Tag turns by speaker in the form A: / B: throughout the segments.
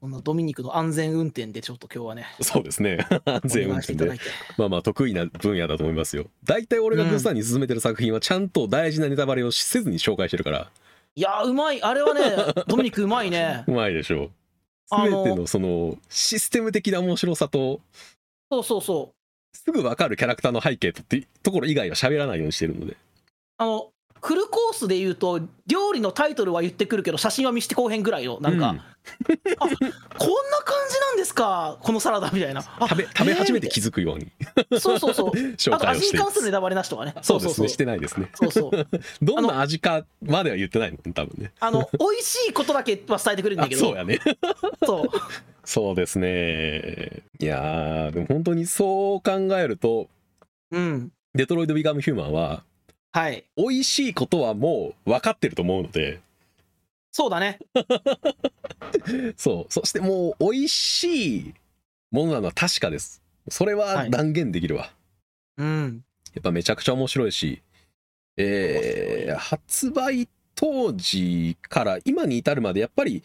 A: そんなドミニクの安全運転でちょっと今日はね、
B: そうです ね安全運
A: お願いして
B: 転
A: いただ
B: で
A: いて。
B: まあまあ得意な分野だと思いますよ大体俺がグッさんに勧めてる作品はちゃんと大事なネタバレをせずに紹介してるから
A: いやー、うまい。あれ はね、ドミニクうまいね
B: う。まいでしょ
A: あ
B: 全
A: の
B: てのそのシステム的な面白さと
A: そうそうそう。
B: すぐ分かるキャラクターの背景とってところ以外は喋らないようにしてるので
A: あの、フルコースで言うと、料理のタイトルは言ってくるけど、写真は見せてこうへんぐらいの、なんか、
B: う
A: あこんな感じなんですか、このサラダみたいな。あ
B: 食べ食べ始めて気づくように
A: そうそう そう。
B: 紹
A: あと
B: 介をし
A: 味
B: て
A: に
B: いま
A: 関するネタバレなしとかね。
B: そうです
A: そう
B: ねしてないですね
A: そうそう
B: どんな味かまでは言ってないもん多分ね
A: あ の、美味しいことだけは伝えてくれるん
B: あ
A: だけど。
B: そうやね
A: そう
B: そうですねいやーでも本当にそう考えると
A: うん。
B: 「デトロイド・ビガム・ヒューマン」は
A: はい。
B: 美味しいことはもう分かってると思うので
A: そうだね。
B: そうそしてもう美味しいものなのは確かですそれ
A: は
B: はい断言できるわ、
A: うん。
B: やっぱめちゃくちゃ面白いし、えー発売当時から今に至るまでやっぱり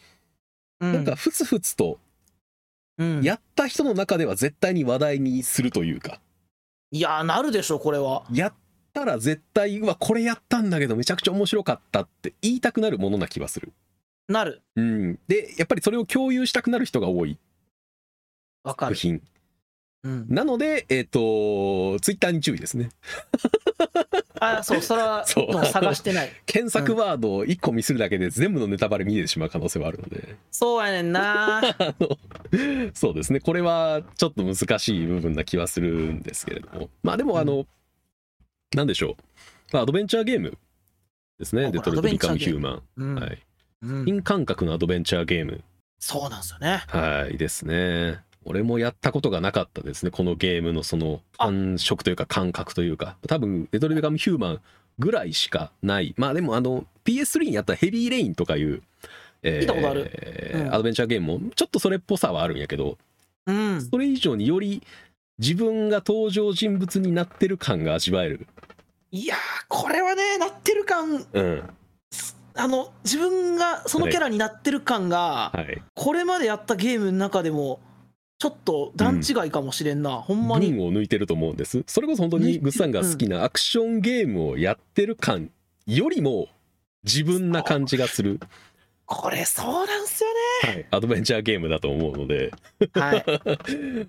A: うん
B: なんか、ふつふつと
A: うん、
B: やった人の中では絶対に話題にするというか
A: いやー、なるでしょ、これは。
B: やったら絶対はこれやったんだけどめちゃくちゃ面白かったって言いたくなるものな気はする。
A: なる。
B: うん、でやっぱりそれを共有したくなる人が多い
A: わか
B: 作
A: る。
B: 品
A: うん、
B: なのでえっ、とツイッターに注意ですね
A: あ、そう、 それは、
B: そう
A: もう探してない。
B: 検索ワードを1個ミスるだけで全部のネタバレ見えてしまう可能性はあるので、
A: そうやねんな。
B: あのそうですねこれはちょっと難しい部分な気はするんですけれどもまあでもあの、なんでしょう、まあ、アドベンチャーゲームですね
A: あ
B: デトロイ
A: アド
B: ト・
A: ベン
B: ビ
A: チャー
B: カム・
A: ゲ
B: ヒ
A: ー
B: ューマン
A: うん
B: はい
A: うん
B: 新感覚のアドベンチャーゲーム
A: そうなんですよね。
B: はいですね俺もやったことがなかったですねこのゲームのその
A: あ
B: 感触というか感覚というか多分デトロイト・ビカム・ヒューマンぐらいしかないまあでもあの PS3 にあったヘビーレインとかいうえ
A: 聞いたことあるうん
B: アドベンチャーゲームもちょっとそれっぽさはあるんやけど、
A: うん。
B: それ以上により自分が登場人物になってる感が味わえる、
A: いやー、これはね、なってる感、
B: うん
A: あの、自分がそのキャラになってる感が、
B: はい、
A: これまでやったゲームの中でも、ちょっと段違いかもしれんな。ほんまに。
B: 群を抜いてると思うんですそれこそ本当にグッさんが好きなアクションゲームをやってる感よりも自分な感じが する、
A: これ、そうなんすよ
B: はい、アドベンチャーゲームだと思うので
A: ね。は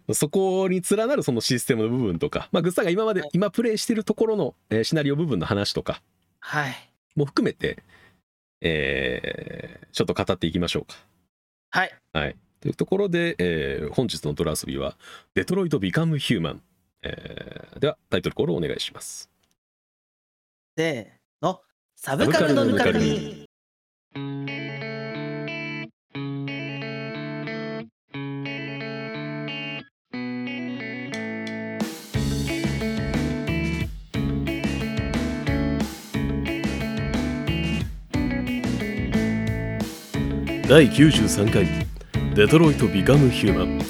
A: い。
B: そこに連なるそのシステムの部分とか、まあ、グッさんが今まで
A: はい
B: 今プレイしてるところの、えーシナリオ部分の話とか
A: はい。
B: も含めて、えーちょっと語っていきましょうか。
A: はい。
B: というところで、えー本日のドラ遊びは「デトロイト・ビカム・ヒューマン」えーではタイトルコールをお願いします
A: せーの。サブカルのぬかに。
B: 第93回「デトロイト・ビカム・ヒューマン」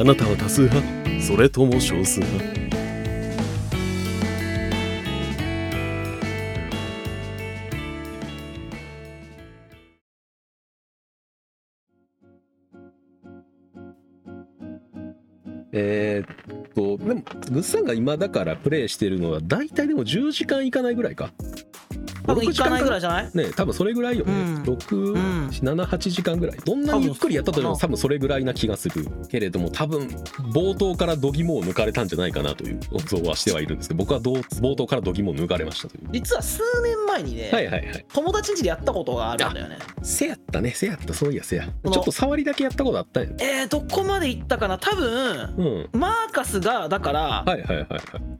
B: あなたは多数派それとも少数派えーっとでもグッさんが今だからプレイしてるのは大体でも10時間いかないぐらいか
A: 多分行かないぐらい
B: い
A: じゃない
B: ね多分それぐらいよね、
A: うん
B: 6、
A: うん
B: 78時間ぐらいどんなにゆっくりやったとしても
A: 多分そうかな
B: 多分それぐらいな気がするけれども多分冒頭から度肝を抜かれたんじゃないかなという予想はしてはいるんですけど僕はどう冒頭から度肝を抜かれましたという
A: 実は数年前にね、
B: はいはいはい
A: 友達ん家でやったことがあるんだよね。
B: せやったねせやったそういやせやち
A: この
B: ょっと触りだけやったことあったんや
A: えー、どこまで行ったかな多分
B: うんはい
A: マーカスがだから
B: はいはいはい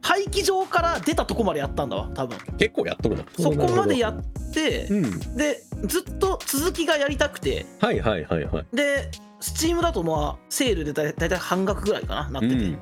A: 廃棄場から出たとこまでやったんだわ多分
B: 結構やっとるな
A: そこまで
B: や
A: やって
B: うん
A: でずっと続きがやりたくて
B: はいはいはいはい
A: で Steam だとまあセールでだいたい半額ぐらいかななっ
B: う
A: てて、
B: ん、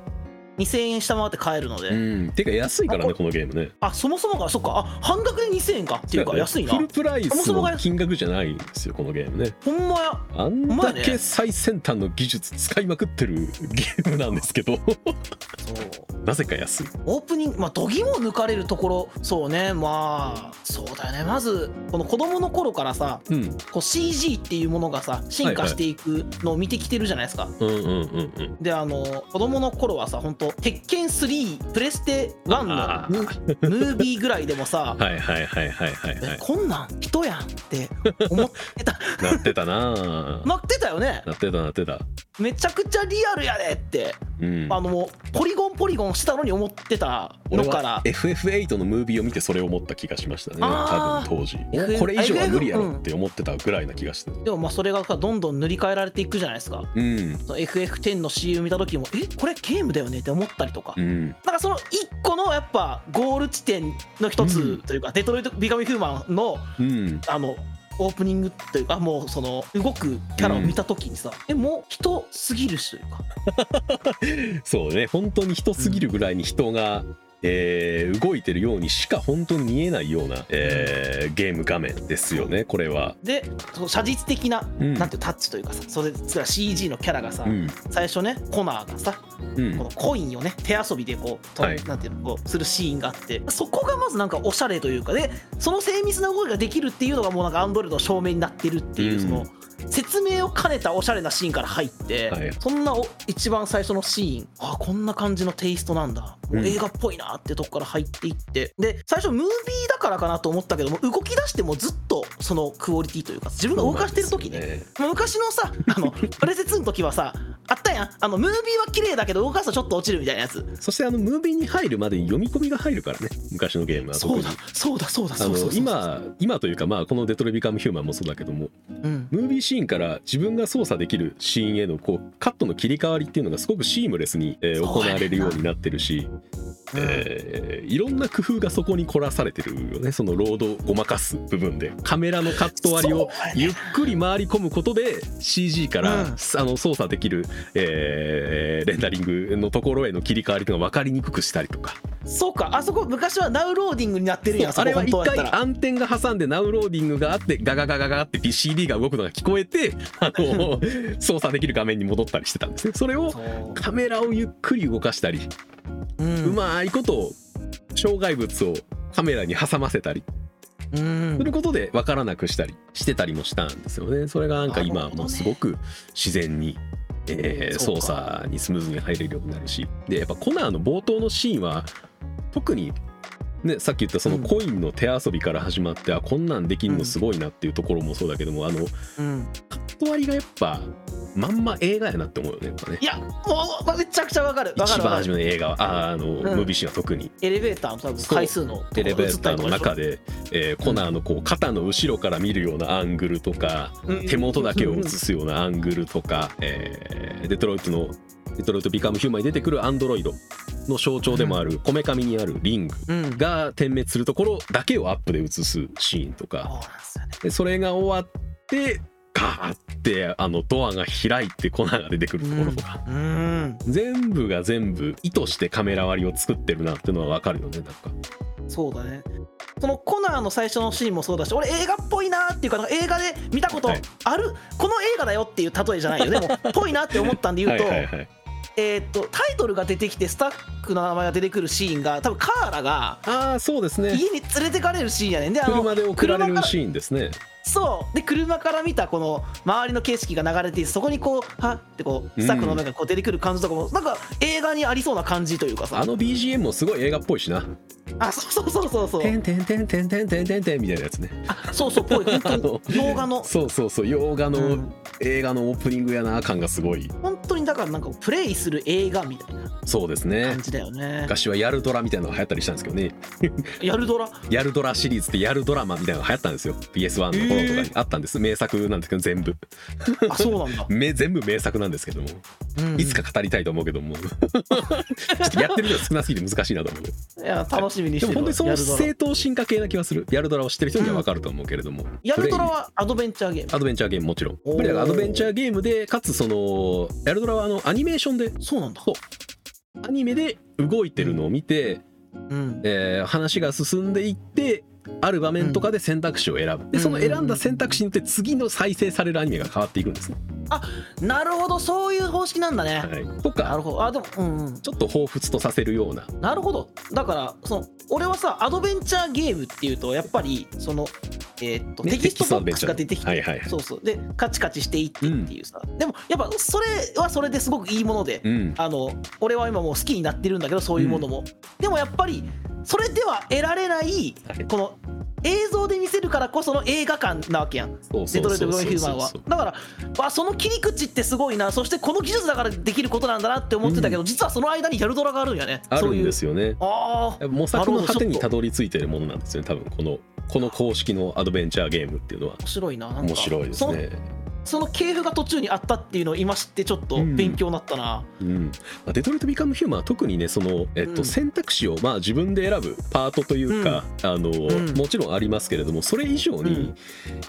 A: 2000円下回って買えるので、
B: うん、てか安いからね
A: あ
B: このゲームね
A: あそもそもがそっかあ半額で2000円かっていうか安いな
B: フルプライ
A: そも
B: ス
A: そもが
B: の金額じゃないんですよこのゲームね
A: ほんまやほ
B: あん
A: んま
B: だ
A: やね
B: け最先端の技術使いまくってるゲームなんですけど
A: そう
B: なぜか安い
A: オープニングまあ度肝を抜かれるところそうねまあそうだよねまずこの子供の頃からさ
B: うん
A: こう CG っていうものがさ進化していくのを見てきてるじゃないですか、
B: うんうんうんうん
A: であの子供の頃はさ本当鉄拳3プレステ1
B: あ
A: の
B: ー
A: ムムービーぐらいでもさ
B: はいはいはいはいはいは
A: えこんなん人やんって思って た
B: いなってたなぁ
A: なってたよね
B: なってたなってた
A: めちゃくちゃリアルやでって
B: うん
A: あのもうポリゴンポリゴンしたのに思ってたの
B: 俺
A: か
B: は
A: ら
B: FF8 のムービーを見てそれを思った気がしましたね
A: あー
B: 多分当時
A: FF
B: これ以上は無理やろって思ってたぐらいな気がして
A: でもまあそれがさどんどん塗り替えられていくじゃないですか
B: うん
A: その FF10 の CM 見た時もえこれゲームだよねって思ったりとか、
B: うん
A: なんかその一個のやっぱゴール地点の一
B: うん
A: つというか、デトロイト・ビカミ・ヒューマンの
B: うん
A: あのオープニングというかもうその動くキャラを見た時にさ、えもう人すぎるしというか
B: そうね本当に人すぎるぐらいに人が、えー動いてるようにしか本当に見えないような、えーゲーム画面ですよねこれは。
A: でその写実的な、
B: うん
A: なんていうタッチというかさそれつまり CG のキャラがさ、
B: うん
A: 最初ねコナーがさ
B: う
A: こ
B: ん
A: のコインをね手遊びでこうと、
B: はい
A: なんていうのこうするシーンがあってそこがまずなんかおしゃれというかでその精密な動きができるっていうのがもうなんかアンドレの証明になってるっていううんその説明を兼ねたおしゃれなシーンから入って、
B: はい
A: そんなお一番最初のシーンあこんな感じのテイストなんだもう映画っぽいなってとこから入っていってで最初ムービーだからかなと思ったけども動き出してもずっとそのクオリティというか自分が動かしてる時ねまあ昔の さあのプレセ2の時はさあったやんあのムービーは綺麗だけど動かすとちょっと落ちるみたいなやつ
B: そしてあのムービーに入るまでに読み込みが入るからね昔のゲームは特
A: そう
B: に
A: だそうだそうだ
B: あ
A: そうそう
B: の
A: そう
B: 今今というかまあこの「デトロイトビカム・ヒューマン」もそうだけども
A: うん
B: ムービーシーンから自分が操作できるシーンへのこうカットの切り替わりっていうのがすごくシームレスに、えー行
A: そうやねんな
B: われるようになってるし、えーいろんな工夫がそこに凝らされてるよねそのロードをごまかす部分でカメラのカット割りを
A: そうやね
B: ゆっくり回り込むことで CG から、
A: うん
B: あの操作できる、えーレンダリングのところへの切り替わりというのが分かりにくくしたりとか
A: そうかあそこ昔はダウンローディングになってるやん
B: あれは
A: 本当
B: 一
A: だっ
B: 回
A: たら
B: 暗転が挟んでダウンローディングがあってガガガガガって CD が動くのが聞こ えてあの操作できる画面に戻ったりしてたんですねそれを
A: そう
B: カメラをゆっくり動かしたり
A: うん
B: うまいことを障害物をカメラに挟ませたり
A: うん
B: することで分からなくしたりしてたりもしたんですよねそれがなんか今
A: なるほど
B: も
A: ね
B: うすごく自然に、えー
A: そう
B: 操
A: か
B: 作にスムーズに入れるようになるしでやっぱコナーの冒頭のシーンは特に、ね、さっき言ったその
A: うん
B: コインの手遊びから始まって、あこんなんできんのすごいなっていうところもそうだけども、あの
A: うん
B: カット割りがやっぱまんま映画やなって思うよねやっぱね
A: い。やもうめちゃくちゃわかるわか
B: 一
A: るわ
B: 番
A: か
B: 初
A: る
B: めの映画はあーあの、ム
A: ん
B: ービーシーンは特に
A: エレベーターの多分
B: そう
A: 回数のとこ
B: エレベ
A: 映
B: ー
A: った
B: タ
A: り
B: ー
A: と
B: の
A: かでしょ
B: 中で、えーコナーのこう肩の後ろから見るようなアングルとか、
A: うん
B: 手元だけを映すようなアングルとか、えーデトロイトのデトロイトビカムヒューマンに出てくるアンドロイドの象徴でもあるこめかみにあるリング
A: うん
B: が点滅するところだけをアップで映すシーンと
A: そう
B: か
A: なんですよね
B: でそれが終わってガーってあのドアが開いてコナーが出てくるところとか、
A: うん
B: 全部が全部意図してカメラ割りを作ってるなっていうのは分かるよねなんか。
A: そうだねそのコナーの最初のシーンもそうだし俺映画っぽいなっていうかなんか映画で見たこと
B: はい
A: ある、この映画だよっていう例えじゃない よでもぽいなって思ったんで言うと,、
B: はいはいはい
A: えーっとタイトルが出てきてスタッフの名前が出てくるシーンが多分カーラが
B: ああそうですね
A: 家に連れてかれるシーンやねんであの
B: 車で送られ
A: 車
B: る
A: か
B: シーンですね
A: そうで車から見たこの周りの景色が流れていてそこにこうはってこうスタッフの名前がこう出てくる感じとかも、なんか映画にありそうな感じというかさ
B: あの BGM もすごい映画っぽいしな
A: あそうそうそうそう
B: 「
A: そう
B: てんてんてんてんてんてんてんてん」みたいなやつね
A: あそうそうぽい 本当に洋画の
B: そうそうそう洋画
A: う
B: の
A: ん
B: 映画のオープニングやな感がすごい
A: 本当にだからなんかプレイする映画みたいな
B: そうですね
A: 感じだよね。
B: 昔はやるドラみたいなのが流行ったりしたんですけどね
A: やるドラ。
B: やるドラシリーズってやるドラマみたいなのが流行ったんですよ PS1 の頃とかにあったんです名作なんですけど全部
A: あ、そう なんだ。
B: め全部名作なんですけども
A: うん
B: いつか。語りたいと思うけどもちょっとやってるのが少なすぎて難しいなと思う
A: いや、楽しみにし
B: で
A: て
B: も
A: る
B: 本
A: わ。
B: 当
A: や
B: にその
A: るドラ
B: 正当進化系な気はするやるドラを知ってる人には分かると思うけれども
A: やるドラはアドベンチャーゲーム。
B: アドベンチャーゲームもちろん。
A: おー
B: やっぱりだからアドベンチャーゲームで、かつその、ヤルドラはあのアニメーションで、
A: そうなんだ。
B: アニメで動いてるのを見て、
A: うん。
B: えー話が進んでいって、ある場面とかで選択肢を選ぶ。で、その選んだ選択肢によって次の再生されるアニメが変わっていくんですね。
A: なるほどそういう方式なんだね、
B: はい、と
A: な
B: か
A: るほどあでもうんうん
B: ちょっと彷彿とさせるような
A: なるほどだからその俺はさアドベンチャーゲームっていうとやっぱりそのえーっと
B: ね
A: テキストボックスが出てきて、
B: はいはいはい
A: そうそうでカチカチしていってっていうさ、でもやっぱそれはそれですごくいいもので、
B: うん
A: あの俺は今もう好きになってるんだけどそういうものも、でもやっぱりそれでは得られない
B: はい
A: この映像で見せるからこその映画館なわけやん
B: そう
A: デ
B: そ
A: ト
B: う
A: ロイ
B: そ
A: ト・
B: う
A: ビカムヒューマン
B: そう
A: は
B: そう
A: だからわその切り口ってすごいなそしてこの技術だからできることなんだなって思ってたけど、実はその間にやるドラがあるんやね
B: あ
A: そ
B: る
A: うい
B: ん
A: う
B: ですよね
A: ああ
B: 模索の
A: なるほどちょっ
B: 果て
A: と
B: にたどり着いてるものなんですよね多分このこの公式のアドベンチャーゲームっていうのは
A: 面白いななんか
B: 面白いですね
A: そのその系譜が途中にあったっていうのを今知ってちょっと
B: うん
A: 勉強になったな、
B: うんまあ、デトロイト・ビカム・ヒューマンは特にねその、えっ
A: うん
B: と、選択肢をまあ自分で選ぶパートというか、あの
A: ん
B: もちろんありますけれどもそれ以上に、
A: うん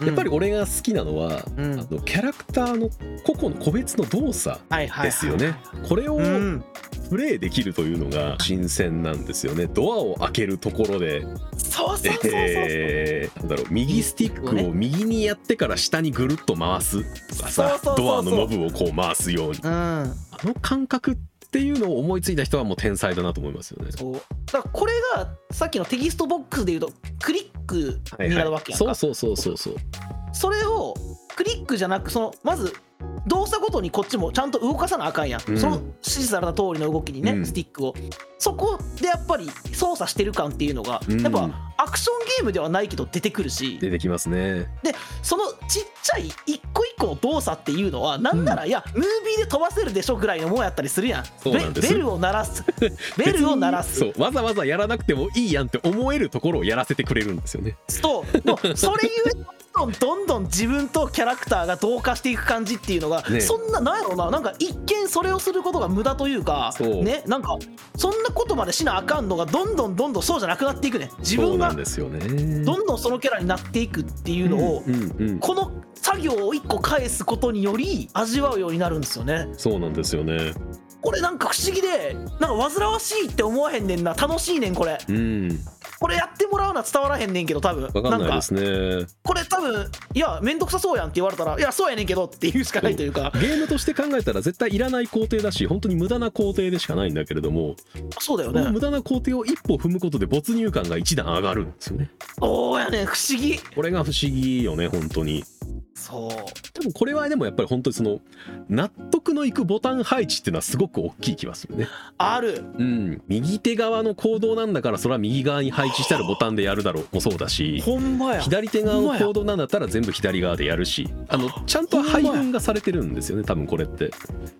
B: やっぱり俺が好きなのは、
A: うん
B: あのキャラクターの個々の個別の動作
A: はいはいはい
B: ですよね、これを
A: うん
B: プレイできるというのが新鮮なんですよねドアを開けるところで、
A: そうそうそうそう、
B: えーなんだろう右スティックを右にやってから下にぐるっと回すとかさ
A: そうそうそうそう
B: ドアのノブをこう回すように
A: うん
B: あの感覚っていうのを思いついた人はもう天才だなと思いますよね。
A: そうだからこれがさっきのテキストボックスでいうとクリック
B: はい
A: に
B: は
A: な
B: い
A: るわけやんか、
B: そうそうそうそうそう。
A: それをクリックじゃなくそのまず動作ごとにこっちもちゃんと動かさなあかんやん、
B: うん
A: その指示された通りの動きにね、
B: うん
A: スティックをそこでやっぱり操作してる感っていうのが、
B: うん
A: やっぱアクションゲームではないけど出てくるし
B: 出てきますね。
A: そのちっちゃい一個一個の動作っていうのはなんなら、いやムービーで飛ばせるでしょぐらいのもんやったりするやん
B: そうなん
A: ベ
B: です
A: ベルを鳴ら すベルを鳴らす
B: そうわざわざやらなくてもいいやんって思えるところをやらせてくれるんですよね。
A: そうでもそれゆえにどんどんどんどん自分とキャラクターが同化していく感じっていうのが、
B: ね
A: そんななんやろうななんか一見それをすることが無駄というか
B: そう
A: ねなんかそんなことまでしなあかんのがどんどんどんどんそうじゃなくなっていくね自
B: そう
A: 分
B: な
A: が
B: んですよね。
A: どんどんそのキャラになっていくっていうのを、
B: うんうんうん
A: この作業を一個返すことにより味わうようになるんですよね
B: そうなんですよね。
A: これなんか不思議でなんか煩わしいって思わへんねんな楽しいねんこれ
B: うん。
A: これやってもらうのは伝わらへんねんけど多分
B: わかん
A: ん
B: ない
A: か
B: ですね。ゲ
A: これ多分いや面倒くさそうやんって言われたらいやそうやねんけどって言うしかないというか
B: ームとして考えたら絶対いらない工程だし、本当に無駄な工程でしかないんだけれども、
A: そうだよ
B: この
A: ね
B: 無駄な工程を一歩踏むことで没入感が一段上がるんですよね。
A: そうやねん不思議
B: これが不思議よね、本当に。
A: そう
B: 多分これはでもやっぱり本当にその納得のいくボタン配置っていうのはすごく大きい気がするね。
A: ある
B: うん、右手側の行動なんだからそれは右側に配置してあるボタンでやるだろうもそうだし
A: ほんまや
B: 左手側の行動なんだったら全部左側でやるしあのちゃんと配分がされてるんですよね多分これって。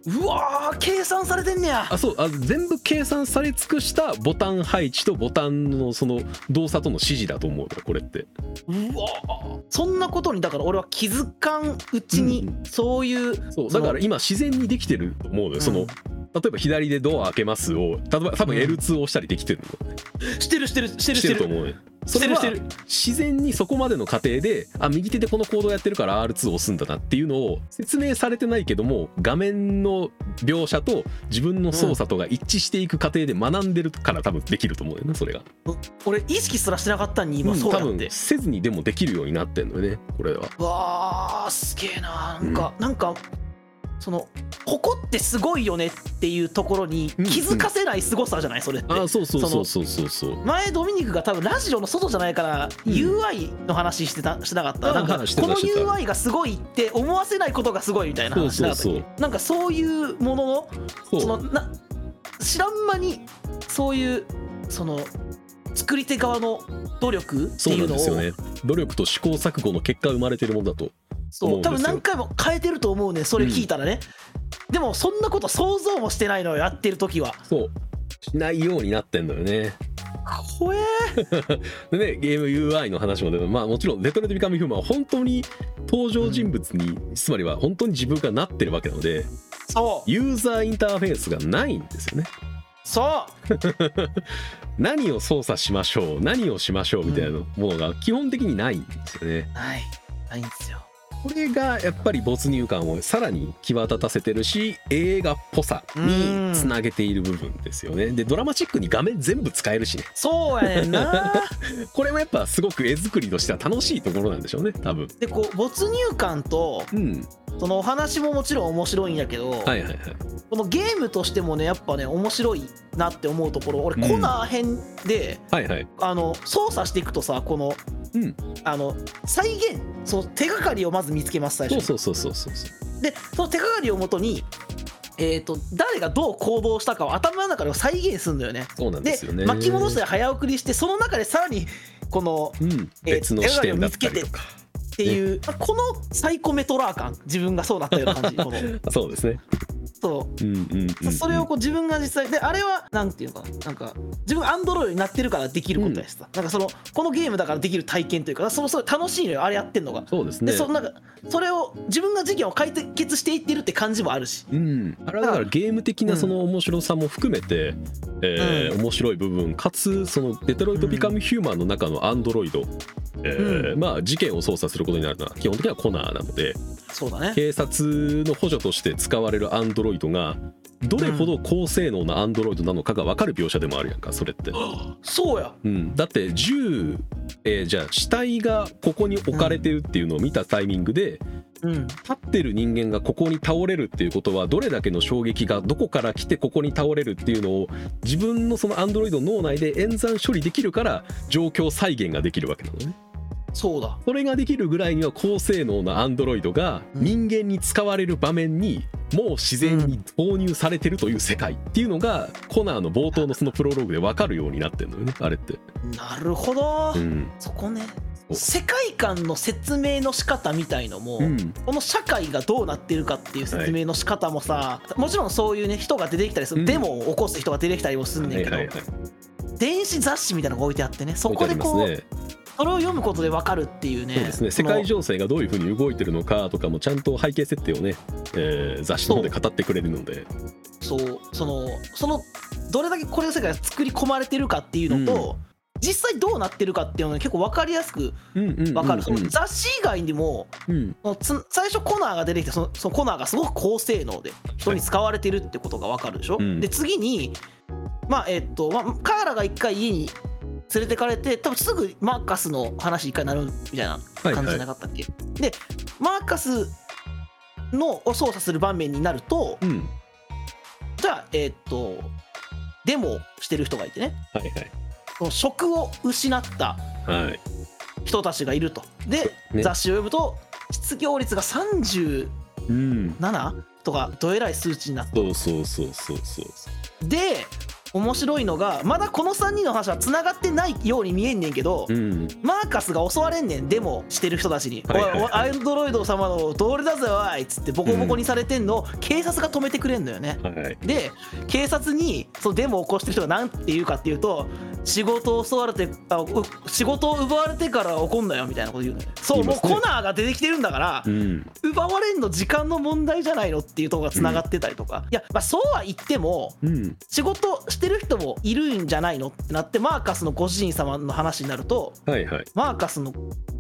A: うわー計算されてんねや
B: あそうあ全部計算され尽くしたボタン配置とボタンのその動作との指示だと思うからこれって。
A: うわーそんなことにだから俺は気づかんうちに
B: うん
A: そういう
B: そう
A: そ
B: だ
A: の
B: から今自然にできてると思うのよ、その
A: うん
B: 例えば左でドア開けますを例えば多分
A: うん
B: L2 を押したりできてるの
A: してるしてるしてる
B: してると思うね
A: し
B: そ
A: て
B: れ
A: るし
B: は
A: てる
B: 自然にそこまでの過程であ右手でこの行動やってるから R2 を押すんだなっていうのを説明されてないけども画面の描写と自分の操作とが一致していく過程で学んでるから多分できると思うよなそれが、
A: う俺意識すらしてなかったのに今
B: うん
A: そう
B: 多
A: やっ
B: 分
A: て
B: せずにでもできるようになってんのよねこれは
A: うわーすげえななんか、なんかそのここってすごいよねっていうところに気づかせないすごさじゃないそれって、
B: あそうそう
A: そ
B: そ
A: の
B: うそうそうそう
A: 前ドミニクが多分ラジオの外じゃないから
B: うん
A: UI の話してたしてなかった、
B: あ
A: なんか
B: はいして
A: こ
B: た
A: の
B: してた
A: UI がすごいって思わせないことがすごいみたいな
B: そう
A: 話してな
B: そ
A: か
B: う
A: ったっけ
B: そう
A: なんかそういうものの
B: そう
A: そのな知らん間にそういうその作り手側の努力って
B: そう
A: い
B: な
A: うんの
B: で
A: を
B: すよね努力と試行錯誤の結果生まれてるものだと
A: そ
B: 思う
A: うん多
B: ですよ
A: 分何回も変えてると思うねそれ聞いたらね、でもそんなこと想像もしてないのよやってる時は
B: そうしないようになってんのよね
A: 怖え
B: でねゲーム UI の話も出たまあもちろん「デトロイト・ビカム・ヒューマン」は本当に登場人物に、つまりは本当に自分がなってるわけなので
A: そう
B: ユーザーインターフェースがないんですよね
A: そう
B: 何を操作しましょう何をしましょうみたいなものが基本的にないんですよね、
A: ないないんですよ
B: これがやっぱり没入感をさらに際立たせてるし映画っぽさ
A: うん
B: につなげている部分ですよねでドラマチックに画面全部使えるしね
A: そうやねん な
B: これもやっぱすごく絵作りとしては楽しいところなんでしょうね多分
A: でこう没入感と
B: うん
A: そのお話ももちろん面白いんやけど、
B: はいはいはい
A: このゲームとしてもねやっぱね面白いなって思うところ俺
B: うん
A: コナー編で、
B: はいはい
A: あの操作していくとさこの
B: うん
A: あの再現そう手がかりをまず見つけます最初
B: そう
A: に
B: そうそうそうそうそう
A: でその手がかりをもとに、えー、と誰がどう行動したかを頭の中で再現するんだよね。
B: そうなん
A: で
B: ですよね
A: 巻き戻して早送りしてその中でさらにこの
B: うん、
A: えー
B: 別の視点だったりとか
A: っていう、まあこのサイコメトラー感自分がそうだったような感じこの
B: そうですね
A: そう
B: うんうんうん、うん、
A: それをこう自分が実際であれはなんていうのかななんか自分アンドロイドになってるからできることやしさ、なんかそのこのゲームだからできる体験というかそのそれ楽しいのよあれやってんのが。
B: そうです
A: で
B: ね
A: そのなんかそれを自分が事件を解決していってるって感じもあるし
B: うん、あれはだからゲーム的
A: う
B: なんその面白さも含めて、えー
A: うん
B: 面白い部分かつその「デトロイト・ビカム・ヒューマン」の中のアンドロイド、えー
A: う
B: まあ、事件を操作することになるのは基本的にはコナーなの で
A: そうだね
B: 警察の補助として使われるアンドロイドがどれほど高性能なアンドロイドなのかが分かる描写でもあるやんかそれって。
A: そうや
B: うん、だって銃、えーじゃあ死体がここに置かれてるっていうのを見たタイミングで、
A: うん
B: 立ってる人間がここに倒れるっていうことはどれだけの衝撃がどこから来てここに倒れるっていうのを自分のそのアンドロイドの脳内で演算処理できるから状況再現ができるわけなのね
A: そうだ
B: それができるぐらいには高性能なアンドロイドが
A: うん
B: 人間に使われる場面にもう自然に投入されてるという世界っていうのがコナーの冒頭のそのプロローグで分かるようになってるのよねあれって。
A: なるほど、
B: うん
A: そこね
B: そう
A: 世界観の説明の仕方みたいのも、
B: うん
A: この社会がどうなってるかっていう説明の仕方もさ、もちろんそういうね人が出てきたりす
B: う
A: る
B: ん
A: デモを起こす人が出てきたりもするんだけど、
B: はいはいはい
A: 電子雑誌みたいなのが置いてあってねそこでこう、
B: 置いてありますね
A: それを読むことで分かるっていうね
B: そうですね
A: そ
B: 世
A: の
B: 界情勢がどういうふうに動いてるのかとかもちゃんと背景設定をね、えー雑誌の方で語ってくれるので
A: そうそのそのどれだけこれの世界が作り込まれてるかっていうのと、実際どうなってるかっていうのが結構分かりやすく
B: 分
A: 分かる、その雑誌以外にも
B: うん
A: そのつ最初コナーが出てきてそのそのコナーがすごく高性能で人に使われてるってことが分かるでしょ、
B: うん
A: で次にまあえっと、まあ、カーラが一回家に連れてかれて多分すぐマーカスの話一回なるみたいな
B: はいは
A: 感
B: い
A: じじゃなかったっけ、でマーカスのを操作する場面になると
B: うん
A: じゃあえっとデモをしてる人がいてね
B: はい
A: その職を失った
B: はいはい
A: 人たちがいるとで、
B: ね
A: 雑誌を読むと失業率が30
B: うん
A: 7とかどえらい数値になって
B: そうそうそうそうそう
A: で面白いのがまだこの3人の話は繋がってないように見えんねんけど、
B: うん
A: マーカスが襲われんねんデモしてる人たちに「
B: はいはいは
A: お
B: い
A: いおいアンドロイド様のどれだぜおい」っつってボコボコにされてんのを警察が止めてくれんのよね。
B: はい
A: で警察にそのデモを起こしてる人が何て言うかっていうと仕事を襲われてあう仕事を奪われてから怒んなよみたいなこと言うのよそう
B: 言いま
A: もう
B: すね
A: コナーが出てきてるんだから
B: うん
A: 奪われんの時間の問題じゃないのっていうところがつながってたりとか、いや、まあ、そうは言っても
B: うん
A: 仕事してる人もいるんじゃないのってなってマーカスのご主人様の話になると
B: はいはい
A: マーカスの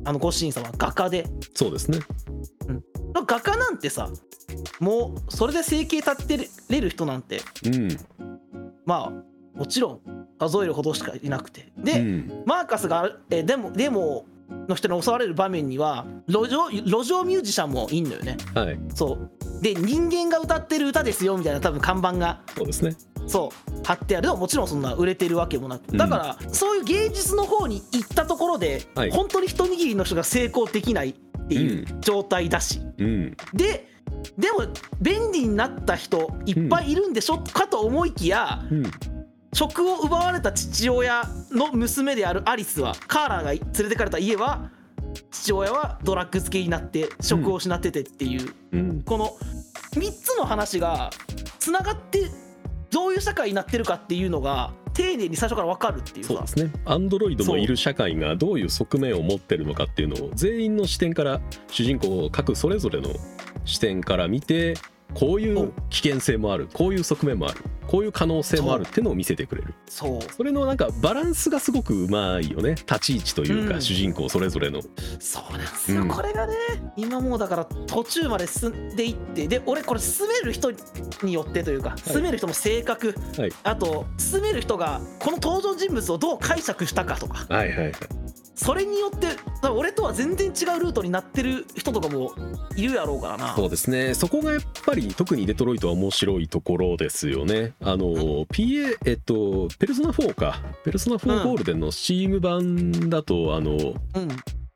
A: あのご主人様は画家で
B: そうですね
A: 画家なんてさもうそれで生計立ってれる人なんて
B: うん
A: まあもちろん数えるほどしかいなくてで、
B: うん
A: マーカスがえーデモデモの人に襲われる場面には路上路上ミュージシャンもいんのよね
B: はい
A: そうで人間が歌ってる歌ですよみたいな多分看板が
B: そうですね
A: そう貼ってあるでももちろんそんな売れてるわけもなくだから、そういう芸術の方に行ったところで、
B: はい
A: 本当に一握りの人が成功できないっていう状態だし、
B: うん
A: ででも便利になった人いっぱいいるんでしょ、かと思いきや
B: うん
A: 職を奪われた父親の娘であるアリスはカーラーが連れてかれた家は父親はドラッグ漬けになって職を失っててっていう。
B: うん
A: この3つの話がつながってどういう社会になってるかっていうのが丁寧に最初から分かるっていう
B: そう
A: さ
B: ですねアンドロイドのいる社会がどういう側面を持ってるのかっていうのを全員の視点から主人公各それぞれの視点から見てこうい
A: そうう
B: 危険性もあるこういう側面もあるこういう可能性もあるっていうのを見せてくれる
A: そう
B: それのなんかバランスがすごくうまいよね立ち位置というか、
A: うん
B: 主人公それぞれの
A: そうなんですよ、
B: うん
A: これがね今もうだから途中まで進んでいってで俺これ進める人によってというか進める人の性格、
B: はい
A: あと進める人がこの登場人物をどう解釈したかとか
B: はいはいはい
A: それによって多分俺とは全然違うルートになってる人とかもいるやろうからな
B: そうですねそこがやっぱり特にデトロイトは面白いところですよねあの、
A: ん
B: PA えっとペルソナ4かペルソナ
A: う
B: 4
A: ん
B: ゴールデンの Steam 版だとあの
A: うん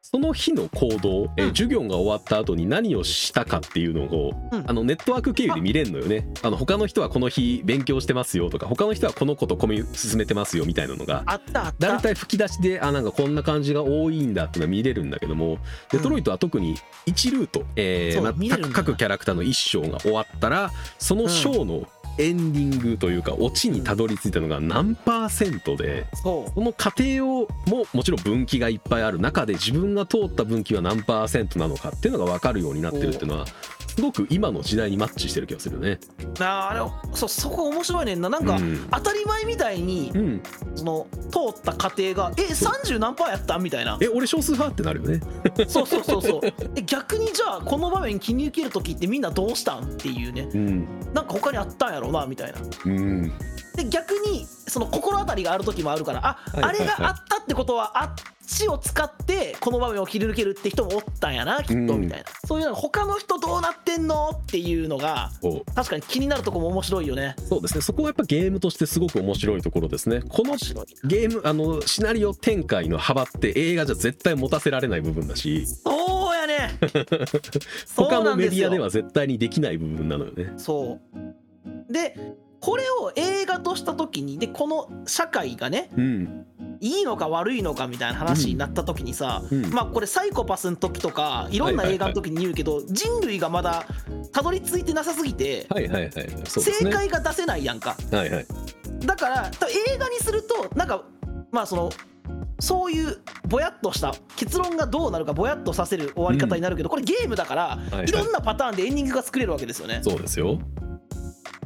B: その日の行動、えー
A: うん
B: 授業が終わった後に何をしたかっていうのを、
A: うん
B: あのネットワーク経由で見れるのよねあの他の人はこの日勉強してますよとか他の人はこの子とコミュ進めてますよみたいなのが
A: あったあった
B: 大体吹き出しであなんかこんな感じが多いんだってのは見れるんだけどもデトロイトは特に1ルート、えー
A: そう
B: まあ
A: 見れるんだ
B: 各各キャラクターの1章が終わったらその章のエンディングというかオチにたどり着いたのが何パーセントで。
A: そう
B: この過程をももちろん分岐がいっぱいある中で自分が通った分岐は何パーセントなのかっていうのが分かるようになってるっていうのはすごく今の時代にマッチしてる気がするね。
A: あーあれそうそこ面白いねんななんか、
B: うん
A: 当たり前みたいに
B: うん、
A: その通った過程が「え
B: そう
A: 30何パーやった?」みたいな
B: え俺少数派ってなるよね。
A: そうそうそうそうえ逆にじゃあこの場面気に受ける時ってみんなどうしたんっていうね
B: うん、
A: なんか他にあったんやろうなみたいな
B: うん
A: で逆にその心当たりがある時もあるからあ、
B: はいはいはい
A: あれがあったってことはあっちを使ってこの場面を切り抜けるって人もおったんやなきっと
B: うん
A: みたいな、そういうの他の人どうなってんのっていうのが
B: こう
A: 確かに気になるとこも面白いよね
B: そうですねそこはやっぱゲームとしてすごく面白いところですねこの
A: 面白い
B: ゲームあのシナリオ展開の幅って映画じゃ絶対持たせられない部分だし
A: そうやねそう
B: 他
A: な
B: の
A: ん
B: メ
A: で
B: デ
A: す
B: ィ
A: よ
B: アでは絶対にできない部分なのよね
A: そうでこれを映画とした時にでこの社会がね
B: うん
A: いいのか悪いのかみたいな話になった時にさ、
B: うん
A: まあこれサイコパスの時とかいろんな映画の時に言うけど、人類がまだたどり着いてなさすぎて、
B: はいはいはいそうです
A: 正
B: ね
A: 解が出せないやんか
B: はいはい
A: だから多分映画にするとなんかまあそのそういうぼやっとした結論がどうなるかぼやっとさせる終わり方になるけど、これゲームだから、
B: はい
A: いろんなパターンでエンディングが作れるわけですよね
B: そうですよ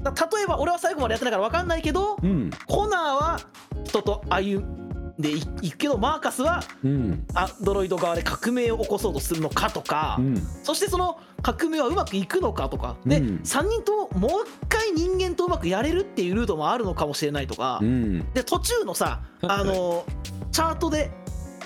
A: だから例えば俺は最後までやってないから分かんないけど、
B: うん
A: コナーは人と歩んでいいくけどマーカスは
B: うん
A: アンドロイド側で革命を起こそうとするのかとか、
B: うん
A: そしてその革命はうまくいくのかとかで、
B: うん
A: 3人とももう一回人間とうまくやれるっていうルートもあるのかもしれないとか、
B: うん
A: で途中のさ
B: はい
A: あのチャートで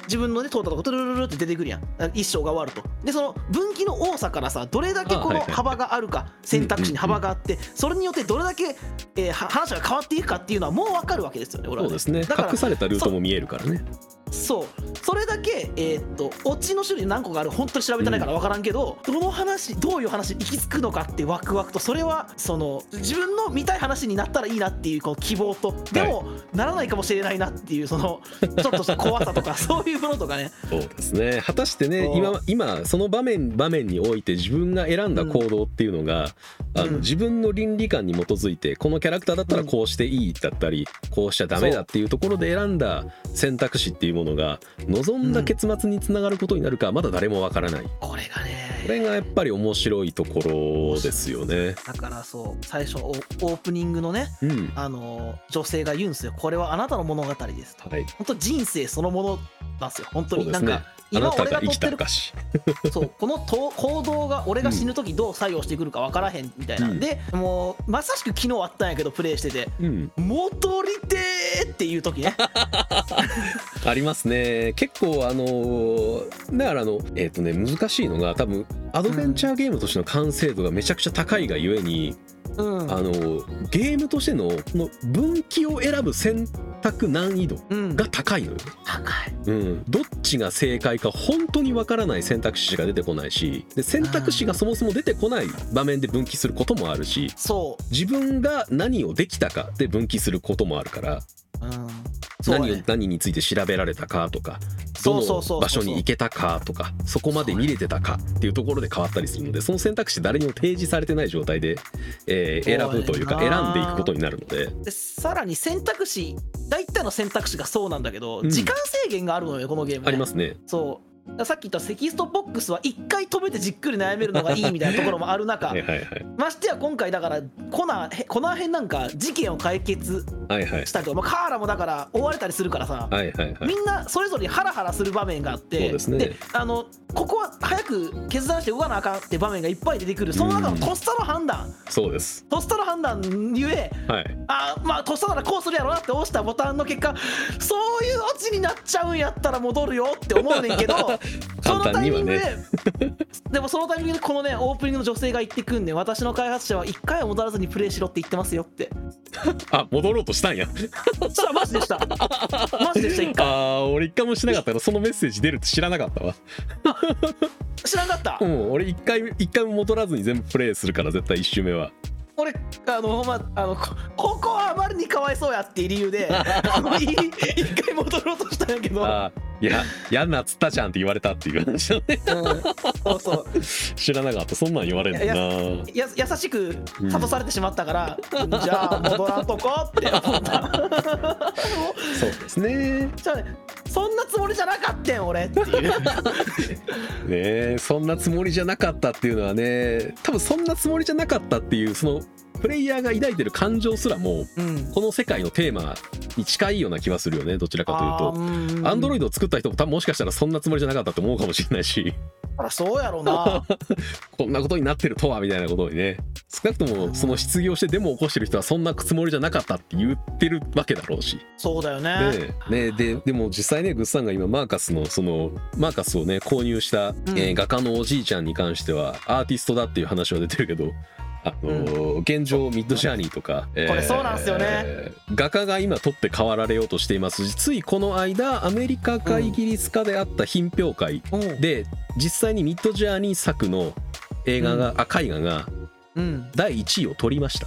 A: 自分のね通ったとこトゥルルルルって出てくるやんあ一章が終わるとでその分岐の多さからさどれだけこ
B: あはい
A: の
B: はい
A: 幅があるか選択肢に幅があってそれによってどれだけ、えーは話が変わっていくかっていうのはもう分かるわけですよね俺は
B: そう
A: ね
B: ですね
A: だから
B: 隠されたルートも見えるからね
A: そうそれだけえーっとオチの種類何個がある本当に調べてないから分からんけど、どの話どういう話に行き着くのかってワクワクとそれはその自分の見たい話になったらいいなっていうこの希望とでも、ならないかもしれないなっていうそのちょっとした怖さと かそういうものとかね
B: そうですね果たしてね
A: そう
B: 今今その場面場面において自分が選んだ行動っていうのが、
A: うん
B: あの
A: うん
B: 自分の倫理観に基づいてこのキャラクターだったらこうしていいだったり、こうしちゃダメだっていうところで選んだ選択肢っていうものが望んだ結末につながることになるかまだ誰もわからないこ
A: これがね
B: れがやっぱり面白いところですよね。
A: だからそう最初オオープニングのね
B: うん
A: あの女性が言うんですよこれはあなたの物語ですと
B: はい、
A: 本当人生そのものなんですよ本当
B: そう
A: に
B: で
A: な
B: す
A: ん
B: ね
A: か。
B: あな
A: 今
B: た
A: 俺が
B: が生
A: 取
B: き
A: って
B: た
A: る
B: かし。
A: そうこのと行動が俺が死ぬ時どう作用してくるか分からへんみたいな、
B: うん
A: でもうまさしく昨日あったんやけどプレイしてて
B: うん
A: 「戻りてー!」っていう時 ね
B: ありますね結構あのーだからあのえっ、とね難しいのが多分アドベンチャーゲームとしての完成度がめちゃくちゃ高いがゆえに、
A: うん
B: あのーゲームとしてのこの分岐を選ぶ選択難易度
A: うん
B: が高いのよ、
A: 高い
B: うん、どっちが正解か本当にわからない選択肢しか出てこないしで選択肢がそもそも出てこない場面で分岐することもあるし
A: そ
B: 自分が何をできたかで分岐することもあるから
A: う、うん、そう
B: 何
A: や
B: を
A: ね
B: 何について調べられたかとか
A: そ
B: ど
A: うそうそうそ
B: の
A: う
B: 場所に行けたかとかそこまで見れてたかっていうところで変わったりするのでその選択肢誰にも提示されてない状態で、えー選ぶというか
A: そうやな
B: 選んでいくことになるので
A: でさらに選択肢大体の選択肢がそうなんだけど、
B: うん
A: 時間制限があるのよこのゲーム、ね、
B: ありますね
A: そうだからさっき言ったセキストボックスは一回止めてじっくり悩めるのがいいみたいなところもある中
B: はいはいはい
A: ましてや今回だからコナーへコナー編なんか事件を解決
B: はいはい
A: したりとか、まあ、カーラもだから追われたりするからさ、
B: はいはいはい
A: みんなそれぞれハラハラする場面があって
B: そうですね
A: あのここは早く決断して動かなあかんって場面がいっぱい出てくるその中のとっさの判断、
B: そうです
A: とっさの判断ゆえ
B: はい
A: あーまあとっさならこうするやろなって押したボタンの結果そういうオチになっちゃうんやったら戻るよって思うねんけ どその
B: 簡単
A: タイ
B: に
A: ミ
B: は
A: ングで、
B: ね
A: でもそのタイミングでこのねオープニングの女性が言ってくんねん私の開発者は1回は戻らずにプレイしろって言ってますよって
B: あ戻ろうとしたんや
A: そしたらマジで したマジでした1
B: あ
A: 回
B: ー俺一回もしなかったからそのメッセージ出るって知らなかったわ
A: 知らんかった
B: うん俺一回一回も戻らずに全部プレイするから絶対一周目は
A: 俺あのほんまあのこここはあまりにかわいそうやっていう理由 であのい一回戻ろうとしたんやけど、うん、
B: あーいや嫌なっつったじゃんって言われたっていう感じだね
A: そうそう
B: 知らなかったそんなん言われるんだな
A: や優しく諭されてしまったから、じゃあ戻らんとこ って思った
B: そうですね
A: じゃあねそんなつもりじゃなかったん俺っていう
B: ねえそんなつもりじゃなかったっていうのはね多分そんなつもりじゃなかったっていうそのプレイヤーが抱いてる感情すらも
A: うん
B: この世界のテーマに近いような気はするよねどちらかというとアンドロイ
A: ド
B: ドを作った人も多分もしかしたらそんなつもりじゃなかったって思うかもしれない し
A: そうやろ な
B: こんなことになってるとはみたいなことにね少なくともその失業してデモを起こしてる人はそんなつもりじゃなかったって言ってるわけだろうし
A: そうだよね
B: ねねででも実際ねグッさんが今マーカスのそのマーカスをね購入した、えー
A: うん
B: 画家のおじいちゃんに関してはアーティストだっていう話は出てるけど。あのー現状ミッドジャーニーとか、えー
A: これそうなんすよね
B: 画家が今取って代わられようとしていますしついこの間アメリカか
A: うん
B: イギリスかであった品評会
A: うん
B: で実際にミッドジャーニー作の映画が、あ絵画が
A: うん
B: 第1位を取りました